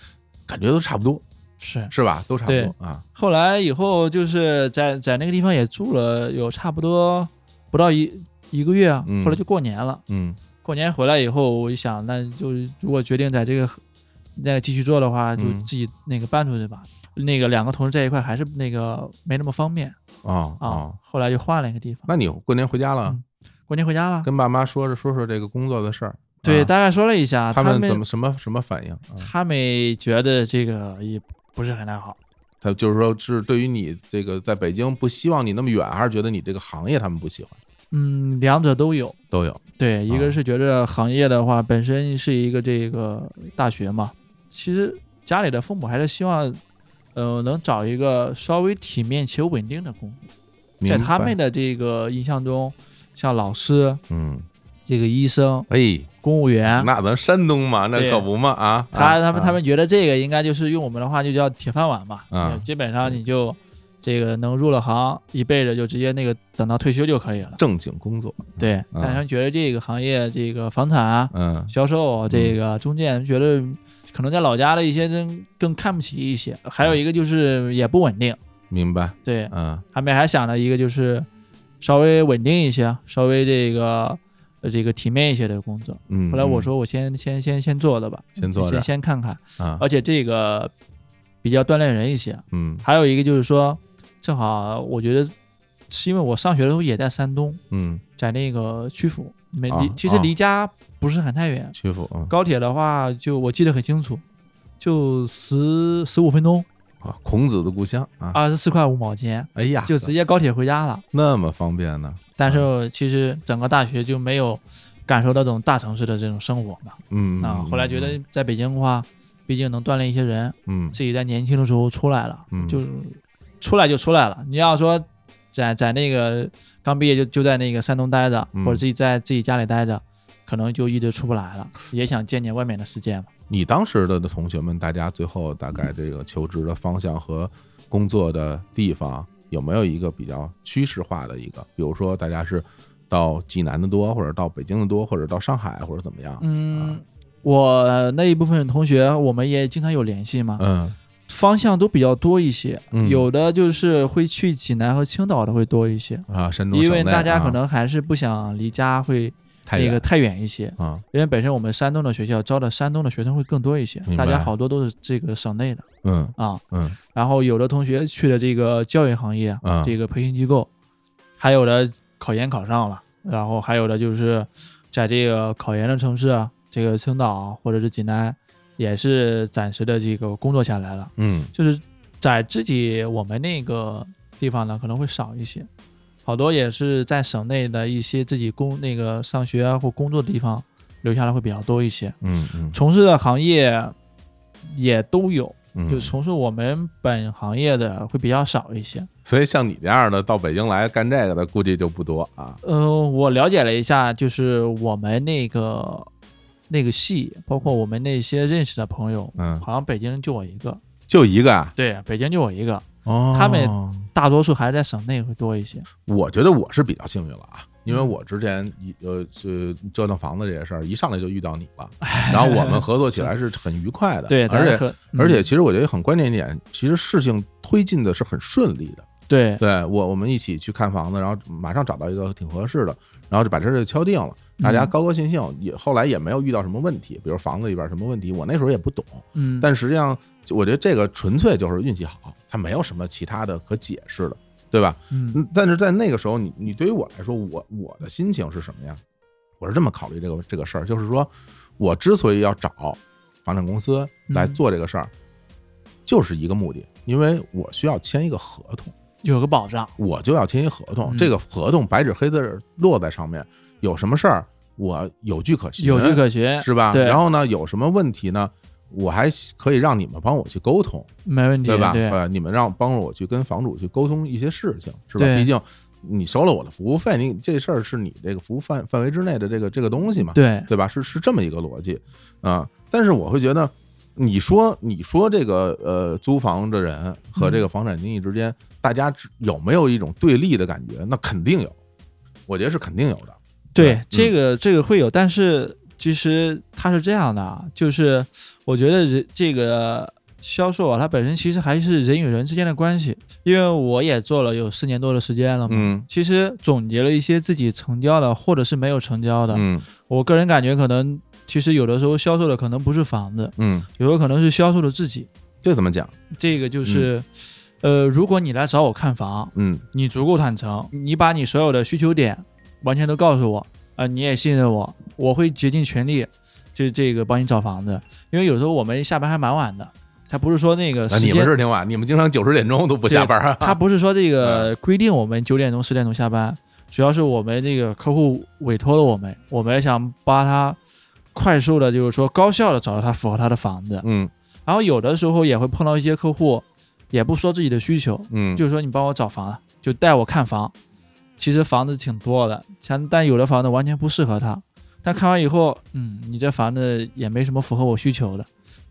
S1: 感觉都差不多，
S2: 是。
S1: 是吧？都差不多啊。
S2: 后来以后就是在在那个地方也住了有差不多不到一一个月啊
S1: 嗯，
S2: 后来就过年了。
S1: 嗯
S2: 过年回来以后，我一想，那就如果决定在这个再继续做的话，就
S1: 嗯
S2: 自己那个搬出去吧。那个两个同事在一块还是那个没那么方便
S1: 啊
S2: 啊。
S1: 啊，
S2: 后来就换了一个地方，
S1: 那你过年回家了
S2: 嗯，过年回家了。
S1: 跟爸妈说着说说这个工作的事儿，
S2: 对，
S1: 啊
S2: 大概说了一下，
S1: 他
S2: 们
S1: 们怎么什么什么反应？啊
S2: 他们觉得这个也不是很太好。
S1: 他就是说，是对于你这个在北京不希望你那么远，还是觉得你这个行业他们不喜欢？
S2: 嗯，两者都有。
S1: 都有。
S2: 对，一
S1: 啊
S2: 个是觉着行业的话，本身是一个这个大学嘛，其实家里的父母还是希望，呃，能找一个稍微体面且稳定的工作。在
S1: 明
S2: 他
S1: 白
S2: 们的这个印象中，像老师、
S1: 嗯，
S2: 这个医生、
S1: 哎，
S2: 公务员，
S1: 那咱山东嘛，那
S2: 啊对
S1: 可不嘛啊！
S2: 他他们
S1: 啊
S2: 他们觉得这个应该就是用我们的话就叫铁饭碗吧，
S1: 啊
S2: 基本上
S1: 对
S2: 你就这个能入了行，一辈子就直接那个等到退休就可以了。
S1: 正经工作，
S2: 对，
S1: 嗯
S2: 但是觉得这个行业，这个房产啊、
S1: 嗯
S2: 销售、这个中介，觉得可能在老家的一些人更看不起一些。还有一个就是也不稳定，
S1: 明白，
S2: 对
S1: 嗯
S2: 他们还想了一个就是稍微稳定一些，稍微这个呃这个体面一些的工作。
S1: 嗯。
S2: 后来我
S1: 嗯
S2: 说我先先先先做着吧，
S1: 先做着
S2: 先先看看，
S1: 啊，
S2: 而且这个比较锻炼人一些。
S1: 嗯
S2: 还有一个就是说，正好我觉得是因为我上学的时候也在山东，
S1: 嗯，
S2: 在那个曲阜，没
S1: 啊
S2: 离，其实
S1: 啊
S2: 离家不是很太远。
S1: 曲阜啊
S2: 高铁的话，就我记得很清楚，就十十五分钟，
S1: 啊，孔子的故乡啊，
S2: 二十四块五毛钱，
S1: 哎呀，
S2: 就直接高铁回家了。
S1: 那么方便呢，
S2: 但
S1: 嗯
S2: 是其实整个大学就没有感受到这种大城市的这种生活嘛。
S1: 嗯
S2: 啊，后来觉，
S1: 嗯
S2: 得在北京的话，毕竟能锻炼一些人，
S1: 嗯
S2: 自己在年轻的时候出来了，
S1: 嗯
S2: 就是出来就出来了。你要说在在那个刚毕业就就在那个山东待着，
S1: 嗯
S2: 或者自己在自己家里待着，可能就一直出不来了，也想见见外面的世界嘛。
S1: 你当时的同学们，大家最后大概这个求职的方向和工作的地方有没有一个比较趋势化的一个？比如说，大家是到济南的多，或者到北京的多，或者到上海，或者怎么样？
S2: 嗯，我那一部分同学，我们也经常有联系嘛，
S1: 嗯
S2: 方向都比较多一些，
S1: 嗯
S2: 有的就是会去济南和青岛的会多一些。
S1: 啊，山东
S2: 因
S1: 省内
S2: 为大家
S1: 啊
S2: 可能还是不想离家会
S1: 太
S2: 那
S1: 远
S2: 个太远一些，
S1: 啊，
S2: 因为本身我们山东的学校招的山东的学生会更多一些
S1: 明，白
S2: 大家好多都是这个省内的
S1: 嗯
S2: 啊。
S1: 嗯
S2: 然后有的同学去了这个教育行业，
S1: 嗯
S2: 这个培训机构，还有的考研考上了，然后还有的就是在这个考研的城市啊，这个青岛或者是济南，也是暂时的这个工作下来了。
S1: 嗯
S2: 就是在自己我们那个地方呢，可能会少一些，好多也是在省内的一些自己工那个上学啊或工作的地方留下来会比较多一些，
S1: 嗯嗯
S2: 从事的行业也都有，
S1: 嗯，
S2: 就从事我们本行业的会比较少一些。
S1: 所以像你这样的到北京来干这个的，估计就不多啊。
S2: 呃，我了解了一下，就是我们那个那个系，包括我们那些认识的朋友，
S1: 嗯，
S2: 好像北京人就我一个，
S1: 就一个啊。
S2: 对，北京就我一个，
S1: 哦
S2: 他们大多数还是在省内会多一些。
S1: 我觉得我是比较幸运了啊，因
S2: 嗯
S1: 为我之前一呃就折腾房子这些事儿，一上来就遇到你 了，然后我们合作起来是很愉快的，
S2: 对，
S1: 而
S2: 咱
S1: 且
S2: 和
S1: 而且
S2: 嗯
S1: 其实我觉得很关键一点，其实事情推进的是很顺利的。
S2: 对
S1: 对我我们一起去看房子，然后马上找到一个挺合适的，然后就把这事儿就敲定了，大家
S2: 嗯
S1: 高高兴兴，也后来也没有遇到什么问题，比如房子里边什么问题，我那时候也不懂，
S2: 嗯，
S1: 但实际上就我觉得这个纯粹就是运气好，它没有什么其他的可解释的，对吧？
S2: 嗯
S1: 嗯，但是在那个时候，你你对于我来说，我我的心情是什么呀？我是这么考虑这个这个事儿，就是说我之所以要找房产公司来
S2: 嗯
S1: 做这个事儿，就是一个目的，因为我需要签一个合同，
S2: 有个保障，
S1: 我就要签一合同，
S2: 嗯
S1: 这个合同白纸黑字儿落在上面，有什么事儿我有据可循，
S2: 有据可循，
S1: 是吧？
S2: 对
S1: 然后呢，有什么问题呢？我还可以让你们帮我去沟通，
S2: 没问题，
S1: 对吧？
S2: 对
S1: 呃，你们让帮我去跟房主去沟通一些事情，是吧？
S2: 对
S1: 毕竟你收了我的服务费，你这事儿是你这个服务范范围之内的这个这个东西嘛，
S2: 对
S1: 对吧？是是这么一个逻辑啊、但是我会觉得，你说你说这个呃，租房的人
S2: 嗯
S1: 和这个房产经纪之间，大家只有没有一种对立的感觉？那肯定有，我觉得是肯定有的。对嗯
S2: 对，这个这个会有，但是其实它是这样的啊，就是我觉得人这个销售啊，它本身其实还是人与人之间的关系，因为我也做了有四年多的时间了嘛。
S1: 嗯
S2: 其实总结了一些自己成交的，或者是没有成交的。
S1: 嗯
S2: 我个人感觉，可能其实有的时候销售的可能不是房子，
S1: 嗯，
S2: 有的可能是销售的自己。
S1: 这怎么讲？
S2: 这个就是，呃，如果你来找我看房，
S1: 嗯
S2: 你足够坦诚，你把你所有的需求点完全都告诉我，啊、你也信任我，我会竭尽全力，就这个帮你找房子。因为有时候我们下班还蛮晚的，他不是说那个
S1: 那
S2: 时
S1: 你
S2: 间，
S1: 们是挺晚，你们经常九十点钟都不下班啊？
S2: 他不是说这个
S1: 嗯
S2: 规定我们九点钟十点钟下班，主要是我们这个客户委托了我们，我们想帮他快速的，就是说高效的找到他符合他的房子。
S1: 嗯
S2: 然后有的时候也会碰到一些客户，也不说自己的需求，
S1: 嗯，
S2: 就是说你帮我找房，就带我看房。其实房子挺多的，像但有的房子完全不适合他。但看完以后，嗯，你这房子也没什么符合我需求的。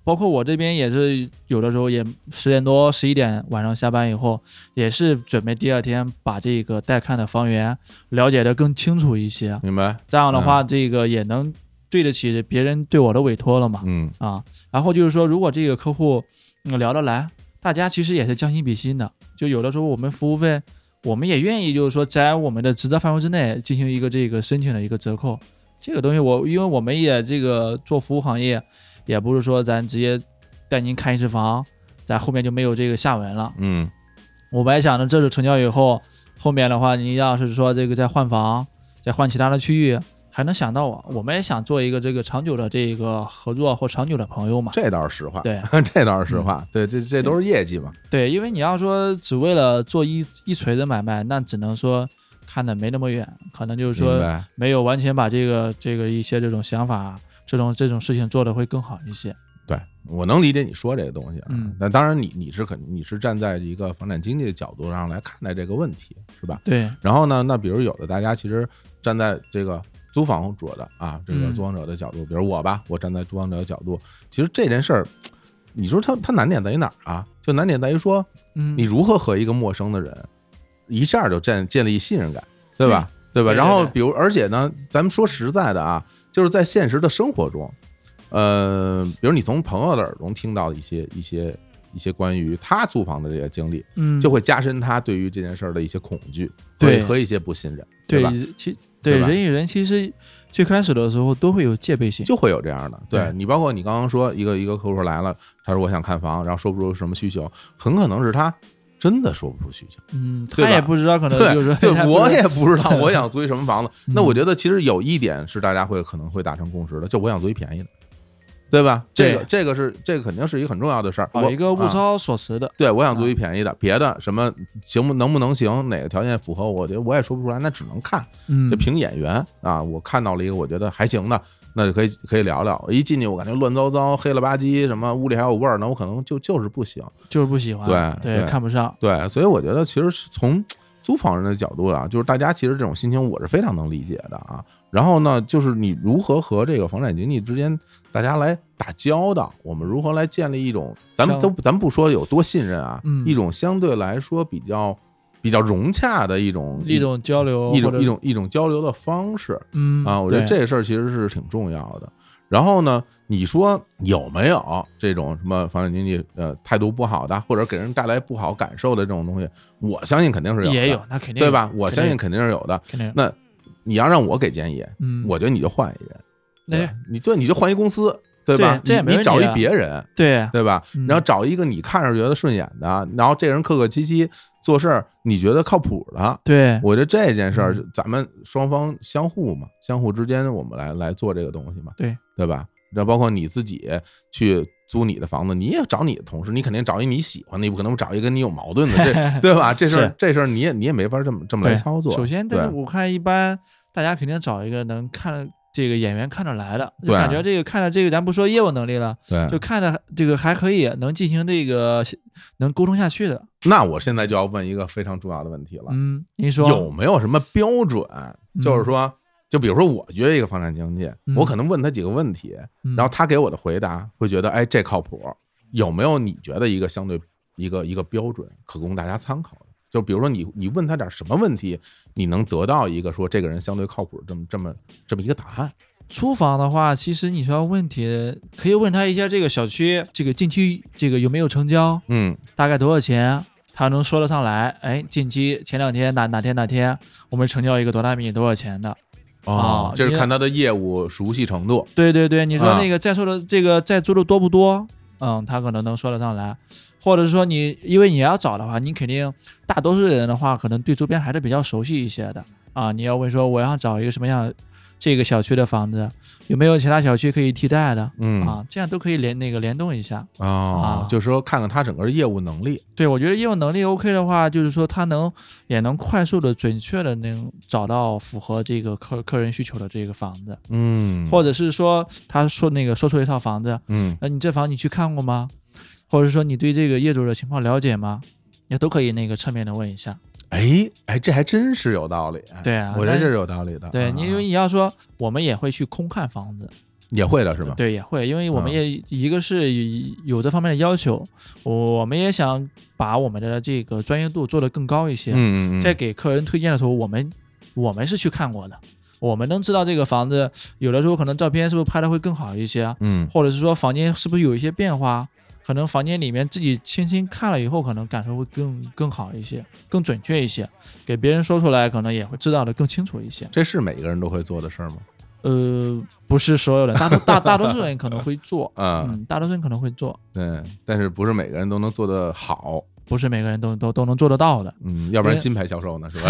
S2: 包括我这边也是有的时候也十点多、十一点晚上下班以后，也是准备第二天把这个带看的房源了解的更清楚一些。
S1: 明白。
S2: 这样的话，这个也能对得起别人对我的委托了嘛。
S1: 嗯
S2: 啊。然后就是说，如果这个客户、嗯、聊得来，大家其实也是将心比心的。就有的时候我们服务费，我们也愿意就是说在我们的职责范围之内进行一个这个申请的一个折扣。这个东西我因为我们也这个做服务行业，也不是说咱直接带您看一次房，咱后面就没有这个下文了。
S1: 嗯
S2: 我本来想着这次成交以后，后面的话，您要是说这个再换房，再换其他的区域，还能想到我，我们也想做一个这个长久的这个合作或长久的朋友嘛。
S1: 这倒是实话，
S2: 对 嗯
S1: 这倒是实话，对，这这都是业绩嘛，
S2: 对，因为你要说只为了做一一锤子买卖，那只能说看的没那么远，可能就是
S1: 明
S2: 说
S1: 白？
S2: 没有完全把这个这个一些这种想法、这种这种事情做的会更好一些。
S1: 对，我能理解你说这个东西啊
S2: 嗯，
S1: 但当然你你是肯你是站在一个房产经济的角度上来看待这个问题，是吧？
S2: 对，
S1: 然后呢，那比如有的大家其实站在这个租房者的啊，这个
S2: 嗯
S1: 租房者的角度，比如我吧，我站在租房者的角度，其实这件事儿，你说它它难点在于哪儿啊？就难点在于说
S2: 嗯，
S1: 你如何和一个陌生的人一下就建建立信任感，对吧？对吧？
S2: 对对
S1: 然后
S2: 对
S1: 比如，而且呢，咱们说实在的啊，就是在现实的生活中，呃，比如你从朋友的耳中听到一些一些一些关于他租房的这个经历，
S2: 嗯
S1: 就会加深他对于这件事儿的一些恐惧，
S2: 对
S1: 和和一些不信任，
S2: 对
S1: 吧？
S2: 其
S1: 对
S2: 对
S1: 吧
S2: 人与人其实最开始的时候都会有戒备心。
S1: 就会有这样的。对
S2: 对
S1: 你，包括你刚刚说一个一个客户来了，他说我想看房，然后说不出什么需求，很可能是他真的说不出需求。
S2: 嗯，
S1: 对
S2: 他
S1: 吧
S2: 也不知道，可能就是
S1: 对，
S2: 他不
S1: 我
S2: 知
S1: 也
S2: 道
S1: 不知道我想租一什么房子。那
S2: 嗯
S1: 我觉得其实有一点是大家会可能会达成共识的，就我想租一便宜的，对吧？这个
S2: 对
S1: 这个是这个肯定是一个很重要的事儿。
S2: 搞
S1: 我
S2: 一个物
S1: 啊
S2: 超啊所值的，
S1: 对，我想租一便宜的，别的什么行不能不能行，哪个条件符合我，我觉得我也说不出来，那只能看，
S2: 嗯
S1: 就，凭眼缘啊。我看到了一个我觉得还行的，那就可以可以聊聊。一进去我感觉乱糟糟、黑了吧唧，什么屋里还有味儿呢，我可能就就是不行。
S2: 就是不喜欢，
S1: 对
S2: 对，
S1: 对
S2: 看不上，
S1: 对，所以我觉得其实是从租房人的角度啊，就是大家其实这种心情我是非常能理解的啊。然后呢，就是你如何和这个房产经纪之间大家来打交道，我们如何来建立一种，咱们
S2: 相
S1: 都咱们不说有多信任啊，
S2: 嗯
S1: 一种相对来说比较比较融洽的一种
S2: 一种交流
S1: 一
S2: 或者
S1: 种一种一种交流的方式。
S2: 嗯
S1: 啊，我觉得
S2: 对
S1: 这事儿其实是挺重要的。然后呢，你说有没有这种什么房产经纪呃态度不好的，或者给人带来不好感受的这种东西？我相信肯定是有的，
S2: 也有，那肯定
S1: 对？吧？我
S2: 肯
S1: 相
S2: 定
S1: 信肯定是有的。
S2: 肯定有，
S1: 那你要让我给建议，
S2: 嗯，
S1: 我觉得你就换一人，对
S2: 那
S1: 吧你对你就换一公司，对吧？
S2: 这也没
S1: 你你
S2: 问
S1: 找
S2: 题
S1: 一
S2: 啊
S1: 别人，
S2: 对
S1: 对吧
S2: 嗯？
S1: 然后找一个你看着觉得顺眼的，然后这人客客气气做事儿，你觉得靠谱的，
S2: 对，
S1: 我觉得这件事儿
S2: 嗯，
S1: 咱们双方相互嘛，相互之间我们来来做这个东西嘛，
S2: 对
S1: 对吧？然后包括你自己去租你的房子，你也找你的同事，你肯定找一你喜欢的，你不可能找一个跟你有矛盾的， 这对吧？这事儿
S2: 是
S1: 这事儿你也你也没法这么这么来
S2: 对
S1: 操作。
S2: 首先，
S1: 对
S2: 但是我看一般大家肯定找一个能看这个演员看得来的，就
S1: 对嗯
S2: 感觉这个看着这个，咱不说业务能力了，就
S1: 对，
S2: 看着这个还可以，能进行这个能沟通下去的。
S1: 那我现在就要问一个非常重要的问题了，
S2: 嗯，您说
S1: 有没有什么标准？就是说，就比如说我约一个房产经纪，
S2: 嗯
S1: 我可能问他几个问题，
S2: 嗯
S1: 然后他给我的回答会觉得，哎，这靠谱。有没有你觉得一个相对一个一个标准可供大家参考的？就比如说你你问他点什么问题，你能得到一个说这个人相对靠谱这么这么这么一个答案？
S2: 出访的话，其实你说问题可以问他一下这个小区这个近期这个有没有成交，
S1: 嗯，
S2: 大概多少钱，他能说得上来。哎，近期前两天哪哪天哪天我们成交一个多大米多少钱的。哦
S1: 这是
S2: 你
S1: 看他的业务熟悉程度。
S2: 对对对，你说
S1: 啊
S2: 那个在售的这个在租的多不多？嗯，他可能能说得上来，或者是说你，因为你要找的话，你肯定大多数人的话，可能对周边还是比较熟悉一些的啊。你要问说我要找一个什么样这个小区的房子，有没有其他小区可以替代的、
S1: 嗯
S2: 啊？这样都可以联那个联动一下。
S1: 哦
S2: 啊
S1: 就是说看看他整个业务能力。
S2: 对我觉得业务能力 OK 的话，就是说他能也能快速的、准确的能找到符合这个客客人需求的这个房子，
S1: 嗯，
S2: 或者是说他说那个说出一套房子，
S1: 嗯
S2: 那你这房你去看过吗？或者说你对这个业主的情况了解吗？也都可以那个侧面的问一下。
S1: 哎哎，这还真是有道理。
S2: 对啊
S1: 哎我觉得
S2: 那
S1: 这是有道理的。
S2: 对，
S1: 啊
S2: 你因为你要说，我们也会去空看房子，
S1: 也会的是吧？
S2: 对，也会，因为我们
S1: 啊
S2: 也一个是有这方面的要求，我我们也想把我们的这个专业度做得更高一些。
S1: 嗯，嗯嗯，
S2: 在给客人推荐的时候，我们我们是去看过的，我们能知道这个房子有的时候可能照片是不是拍的会更好一些啊，
S1: 嗯
S2: 或者是说房间是不是有一些变化？可能房间里面自己轻轻看了以后，可能感受会更更好一些，更准确一些，给别人说出来，可能也会知道的更清楚一些。
S1: 这是每个人都会做的事儿吗？，
S2: 呃，不是所有人，大多大大多数人可能会做
S1: 啊、
S2: 嗯，大多数人可能会做，
S1: 对，但是不是每个人都能做得好，
S2: 不是每个人都都都能做得到的。
S1: 嗯，要不然
S2: 因为
S1: 金牌销售呢， 是吧？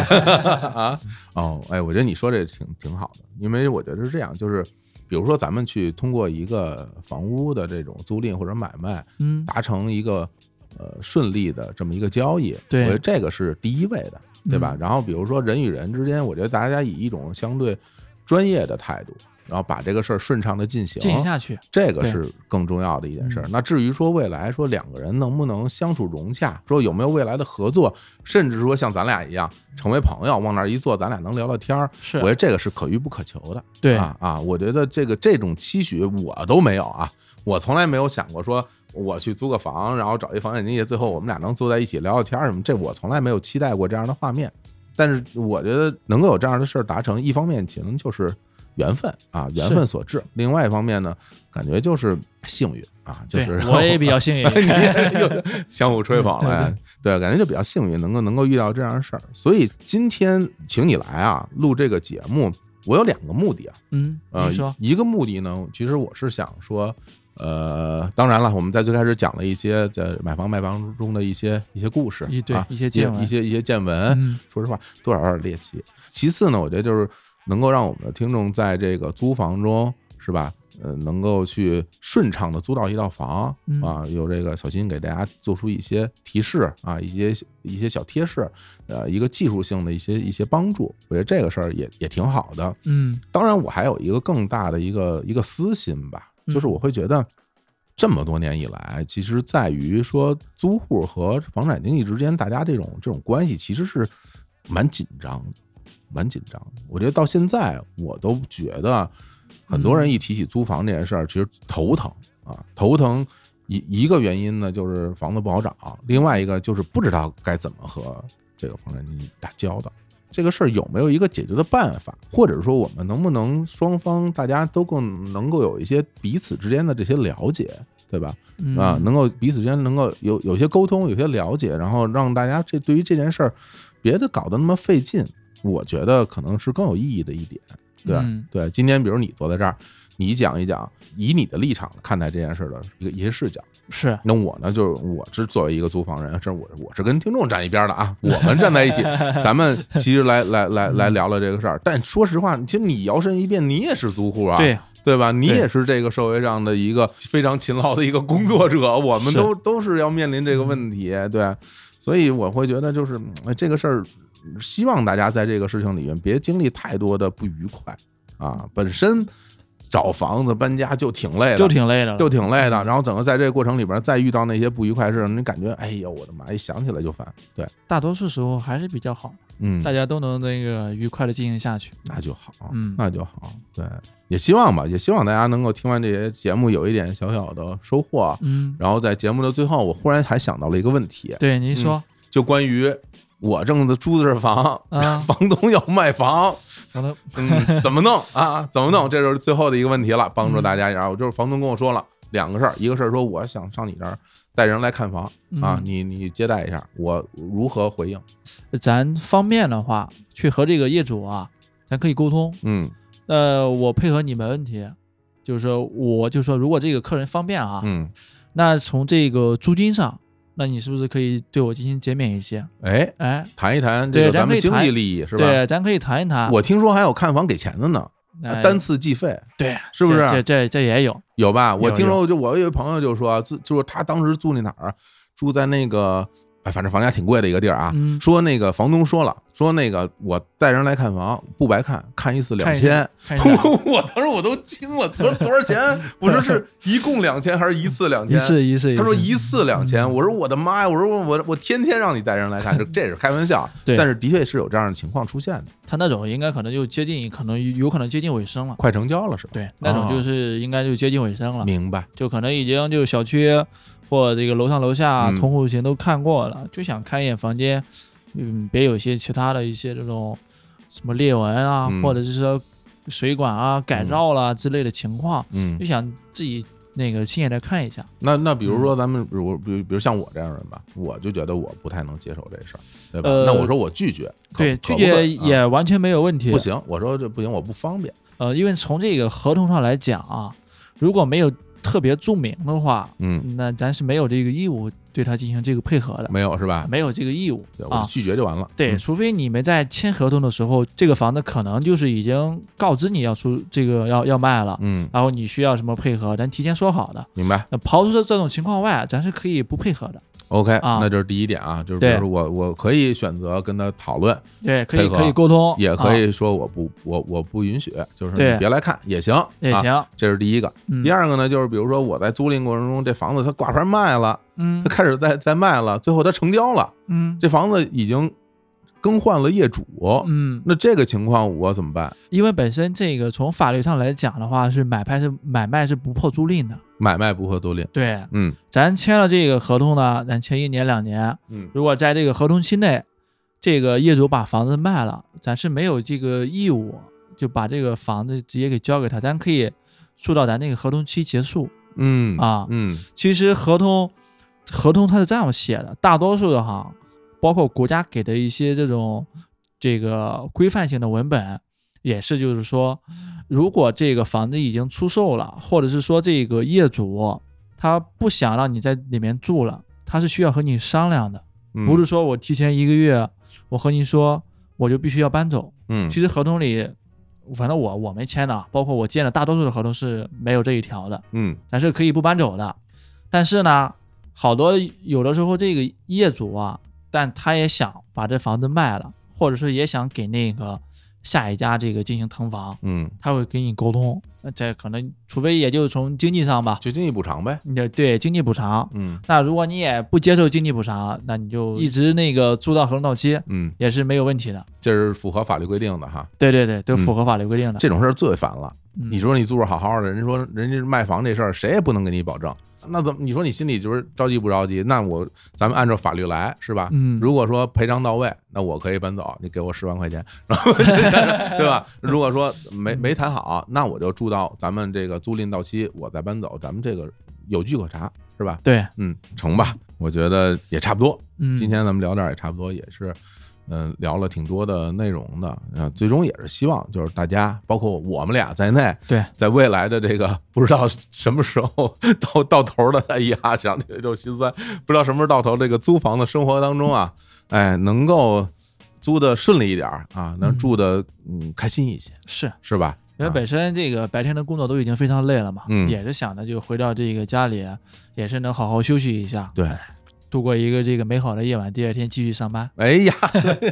S1: 啊，哦，哎，我觉得你说这挺挺好的，因为我觉得是这样，就是比如说咱们去通过一个房屋的这种租赁或者买卖，
S2: 嗯，
S1: 达成一个呃顺利的这么一个交易，
S2: 对
S1: 我觉得这个是第一位的，对吧？
S2: 嗯
S1: 然后比如说人与人之间，我觉得大家以一种相对专业的态度，然后把这个事儿顺畅的进行，
S2: 进行下去，
S1: 这个
S2: 对
S1: 是更重要的一件事儿。
S2: 嗯
S1: 那至于说未来说两个人能不能相处融洽，说有没有未来的合作，甚至说像咱俩一样成为朋友，往那儿一坐，咱俩能聊聊天儿，
S2: 是
S1: 我觉得这个是可遇不可求的。
S2: 对，
S1: 啊啊，我觉得这个这种期许我都没有啊，我从来没有想过说我去租个房，然后找一房产经纪，最后我们俩能坐在一起聊聊天儿什么，这我从来没有期待过这样的画面。但是我觉得能够有这样的事儿达成，一方面可能就是缘分啊，缘分所致；另外一方面呢，感觉就是幸运啊，就
S2: 对
S1: 是
S2: 我也比较嗯幸运。
S1: 你也 又相互吹捧了，哎对，感觉就比较幸运，能够能够遇到这样的事儿。所以今天请你来啊，录这个节目，我有两个目的啊，
S2: 嗯，
S1: 啊、
S2: 你说，
S1: 一个目的呢，其实我是想说，呃，当然了，我们在最开始讲了一些在买房卖房中的一些一些故事，
S2: 一对
S1: 啊、
S2: 一些见闻
S1: 一些一些见闻。
S2: 嗯
S1: 说实话，多少有点猎奇。其次呢，我觉得就是能够让我们的听众在这个租房中，是吧？呃，能够去顺畅的租到一套房
S2: 嗯
S1: 啊，有这个小新给大家做出一些提示啊，一些一些小贴士，呃，一个技术性的一些一些帮助，我觉得这个事儿也也挺好的。
S2: 嗯
S1: 当然，我还有一个更大的一个一个私心吧，
S2: 嗯
S1: 就是我会觉得，这么多年以来，其实在于说租户和房产经纪之间，大家这种这种关系其实是蛮紧张的，蛮紧张的。我觉得到现在，我都觉得很多人一提起租房这件事儿，其实头疼啊，头疼。一一个原因呢，就是房子不好找；另外一个就是不知道该怎么和这个房产经纪打交道。这个事儿有没有一个解决的办法，或者说我们能不能双方大家都更能够有一些彼此之间的这些了解，对吧？
S2: 嗯
S1: 啊，能够彼此之间能够有有些沟通，有些了解，然后让大家这对于这件事儿别的搞得那么费劲，我觉得可能是更有意义的一点，对吧
S2: 嗯
S1: 对。今天比如你坐在这儿，你讲一讲以你的立场看待这件事儿的一个一些视角。
S2: 是
S1: 那我呢，就是我是作为一个租房人，这我我是跟听众站一边的啊，我们站在 一起，咱们其实来来来来聊聊这个事儿。但说实话，其实你摇身一变，你也是租户啊，
S2: 对，
S1: 对吧？你
S2: 对
S1: 也是这个社会上的一个非常勤劳的一个工作者，我们
S2: 是嗯
S1: 都都是要面临这个问题，对。所以我会觉得，就是嗯哎这个事儿，希望大家在这个事情里面别经历太多的不愉快啊。本身找房子搬家就挺累了，
S2: 就挺累的了，
S1: 就挺累的。然后整个在这个过程里边，再遇到那些不愉快的事儿，你感觉哎呦我的妈，一想起来就烦。对，
S2: 大多数时候还是比较好，
S1: 嗯，
S2: 大家都能那个愉快的进行下去。
S1: 那就好，
S2: 嗯
S1: 那就好。对，也希望吧，也希望大家能够听完这些节目有一点小小的收获。
S2: 嗯，
S1: 然后在节目的最后，我忽然还想到了一个问题，
S2: 对，您说
S1: 就关于我正在租的这房，
S2: 啊
S1: 房东要卖房，
S2: 我 的
S1: 嗯，怎么弄啊？怎么弄？这就是最后的一个问题了，帮助大家。然后就是房东跟我说了两个事儿，一个事儿说我想上你这儿带人来看房啊，
S2: 嗯
S1: 你你接待一下，我如何回应？
S2: 咱方便的话，去和这个业主啊，咱可以沟通。
S1: 嗯
S2: 那我配合你没问题，就是说我就说，如果这个客人方便啊，
S1: 嗯，
S2: 那从这个租金上，那你是不是可以对我进行减免一些？
S1: 哎，
S2: 哎，
S1: 谈一谈这个
S2: 对咱
S1: 咱
S2: 可
S1: 们
S2: 以
S1: 经济
S2: 谈
S1: 利益是吧？
S2: 对，咱可以谈一谈。
S1: 我听说还有看房给钱的呢，
S2: 哎
S1: 单次计费
S2: 对，
S1: 是不啊是
S2: 这这这这也有，
S1: 有吧？我
S2: 有
S1: 听说就我有一朋友就说，自就是他当时住那哪儿啊，住在那个哎，反正房价挺贵的一个地儿啊。
S2: 嗯，
S1: 说那个房东说了，说那个我带人来看房不白看，看一次两
S2: 看一
S1: 千
S2: 次。看一 下
S1: 我我当时我都惊了，多多少钱？我说是一共两千还是一次两
S2: 一
S1: 千？
S2: 次一次，
S1: 他说
S2: 次
S1: 一次两千，我说我的妈呀！我说我我我天天让你带人来 看，这这是开玩笑，
S2: 对
S1: 但是的确是有这样的情况出现的，
S2: 他那种应该可能就接近，可能有可能接近尾声了。
S1: 快成交了是吧？
S2: 对，那种就是应该就接近尾声了，
S1: 明白，
S2: 就可能已经就小区或者这个楼上楼下
S1: 嗯
S2: 同户型都看过了，就想看一眼房间，嗯，别有一些其他的一些这种什么裂纹啊，
S1: 嗯
S2: 或者是说水管啊改造啦、之类的情况，
S1: 嗯
S2: 就，想自己那个亲眼的看一下。
S1: 那那比如
S2: 嗯
S1: 说咱们，比如比如比如像我这样人吧，我就觉得我不太能接受这事儿，对吧？
S2: 呃
S1: 那我说我拒绝，可
S2: 对，
S1: 可
S2: 拒
S1: 不可
S2: 绝
S1: 啊
S2: 也完全没有问题。
S1: 不行，我说这不行，我不方便。嗯
S2: 呃，因为从这个合同上来讲啊，如果没有特别注明的话，
S1: 嗯，
S2: 那咱是没有这个义务对他进行这个配合的，
S1: 没有是吧？
S2: 没有这个义务
S1: 对，我
S2: 嗯啊
S1: 就。拒绝就完了。
S2: 对，
S1: 嗯，
S2: 除非你们在签合同的时候，这个房子可能就是已经告知你要出这个要要卖了，
S1: 嗯，
S2: 然后你需要什么配合，咱提前说好的。
S1: 明白。
S2: 那刨除这这种情况外，咱是可以不配合的。
S1: OK，
S2: 啊
S1: 那这是第一点啊，就是比如
S2: 对
S1: 说我我可以选择跟他讨论，
S2: 对，可
S1: 配
S2: 以
S1: 合
S2: 可以沟通，
S1: 也可
S2: 啊
S1: 以说我不我我不允许，就是你
S2: 对
S1: 别来看也行，
S2: 也
S1: 啊。
S2: 行。
S1: 这是第一个，
S2: 嗯
S1: 第二个呢，就是比如说我在租赁过程中，这房子它挂牌卖了，
S2: 嗯
S1: 它开始在在卖了，最后它成交了，
S2: 嗯
S1: 这房子已经更换了业主，
S2: 嗯，
S1: 那这个情况我怎么办？
S2: 因为本身这个从法律上来讲的话，是买卖是买卖是不破租赁的。
S1: 买卖不合租赁，
S2: 对，
S1: 嗯
S2: 咱签了这个合同呢，咱签一年两年，
S1: 嗯，
S2: 如果在这个合同期内，这个业主把房子卖了，咱是没有这个义务就把这个房子直接给交给他，咱可以做到咱那个合同期结束。
S1: 嗯
S2: 啊
S1: 嗯
S2: 其实合同合同它是这样写的，大多数的哈，包括国家给的一些这种这个规范性的文本，也是就是说，如果这个房子已经出售了，或者是说这个业主他不想让你在里面住了，他是需要和你商量的，
S1: 嗯
S2: 不是说我提前一个月我和你说我就必须要搬走。
S1: 嗯
S2: 其实合同里，反正我我没签的啊，包括我见的大多数的合同是没有这一条的。
S1: 嗯
S2: 咱是可以不搬走的。但是呢，好多有的时候这个业主啊，但他也想把这房子卖了，或者说也想给那个下一家这个进行腾房，
S1: 嗯，
S2: 他会跟你沟通。那这可能，除非也就是从经济上吧，
S1: 就经济补偿呗。
S2: 你得对经济补偿。
S1: 嗯
S2: 那如果你也不接受经济补偿，那你就一直那个租到合同到期
S1: 嗯，
S2: 也是没有问题的。
S1: 这是符合法律规定的哈。
S2: 对对对，都符合法律规定的。
S1: 这种事儿最烦了。
S2: 嗯
S1: 你说你租着好好的，人家说人家卖房这事儿谁也不能给你保证，那怎么？你说你心里就是着急不着急？那我咱们按照法律来是吧？
S2: 嗯
S1: 啊如果说赔偿到位，那我可以搬走，你给我十万块钱， 然 后对吧？如果说没没谈好，那我就住到咱们这个租赁到期，我再搬走，咱们这个有据可查是吧？
S2: 对，
S1: 嗯，成吧，我觉得也差不多。
S2: 嗯，
S1: 今天咱们聊这儿也差不多，也是，嗯、聊了挺多的内容的，啊，最终也是希望就是大家，包括我们俩在内，
S2: 对，
S1: 在未来的这个 不知道什么时候到 到头的，哎呀，想起来就心酸，不知道什么时候到头，这个租房的生活当中啊，哎，能够租的顺利一点儿啊，能
S2: 嗯
S1: 住的嗯开心一些，
S2: 是。
S1: 是吧？
S2: 因为
S1: 啊
S2: 本身这个白天的工作都已经非常累了嘛，
S1: 嗯
S2: 也是想着就回到这个家里，也是能好好休息一下，
S1: 对，
S2: 度过一个这个美好的夜晚，第二天继续上班。
S1: 哎呀，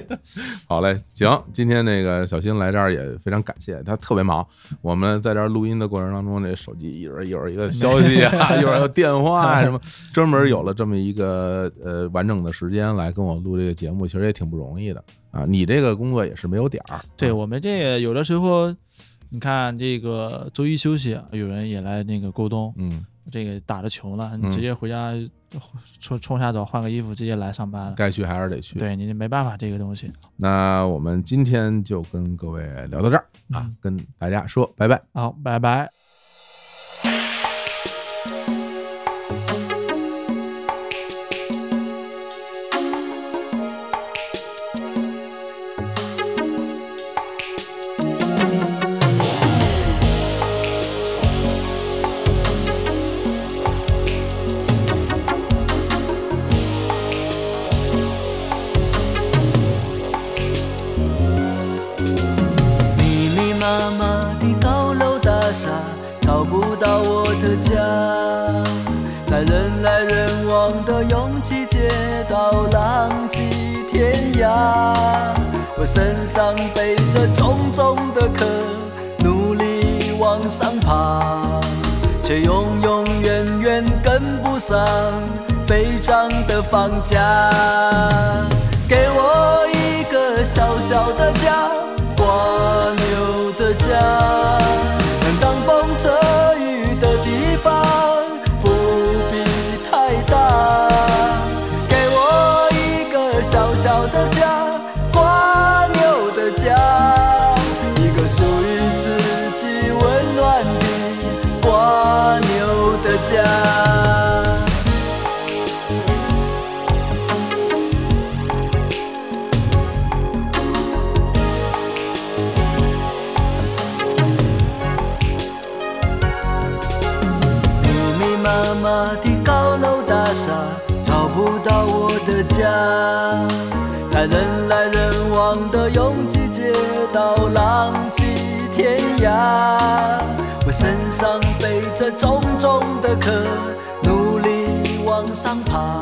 S1: 好嘞，行，今天那个小新来这儿也非常感谢，他特别忙。我们在这儿录音的过程当中，这手机一会儿一会儿一个 消息啊，一会儿有电话啊什么，专门有了这么一个呃完整的时间来跟我录这个节目，其实也挺不容易的啊。你这个工作也是没有点儿，
S2: 对我们这个有的时候，你看这个周一休息，有人也来那个沟通，
S1: 嗯，
S2: 这个打着球了，
S1: 嗯
S2: 你直接回家冲冲下澡，换个衣服，直接来上班了。
S1: 该去还是得去。
S2: 对你没办法，这个东西。
S1: 那我们今天就跟各位聊到这儿啊
S2: 嗯，
S1: 跟大家说拜拜。
S2: 好，拜拜。
S3: 密密麻麻的高楼大厦，找不到我的家。在人来人往的拥挤街道，浪迹天涯。我身上背着重重的壳，努力往上爬，却永永远远跟不上飞涨的房价。给我一个小小的家。蜗牛的家，能挡风遮雨的地方不必太大。给我一个小小的家，蜗牛的家，一个属于自己温暖的蜗牛的家。密密麻麻的高楼大厦，找不到我的家。在人来人往的拥挤街道，浪迹天涯。我身上背着重重的壳，努力往上爬，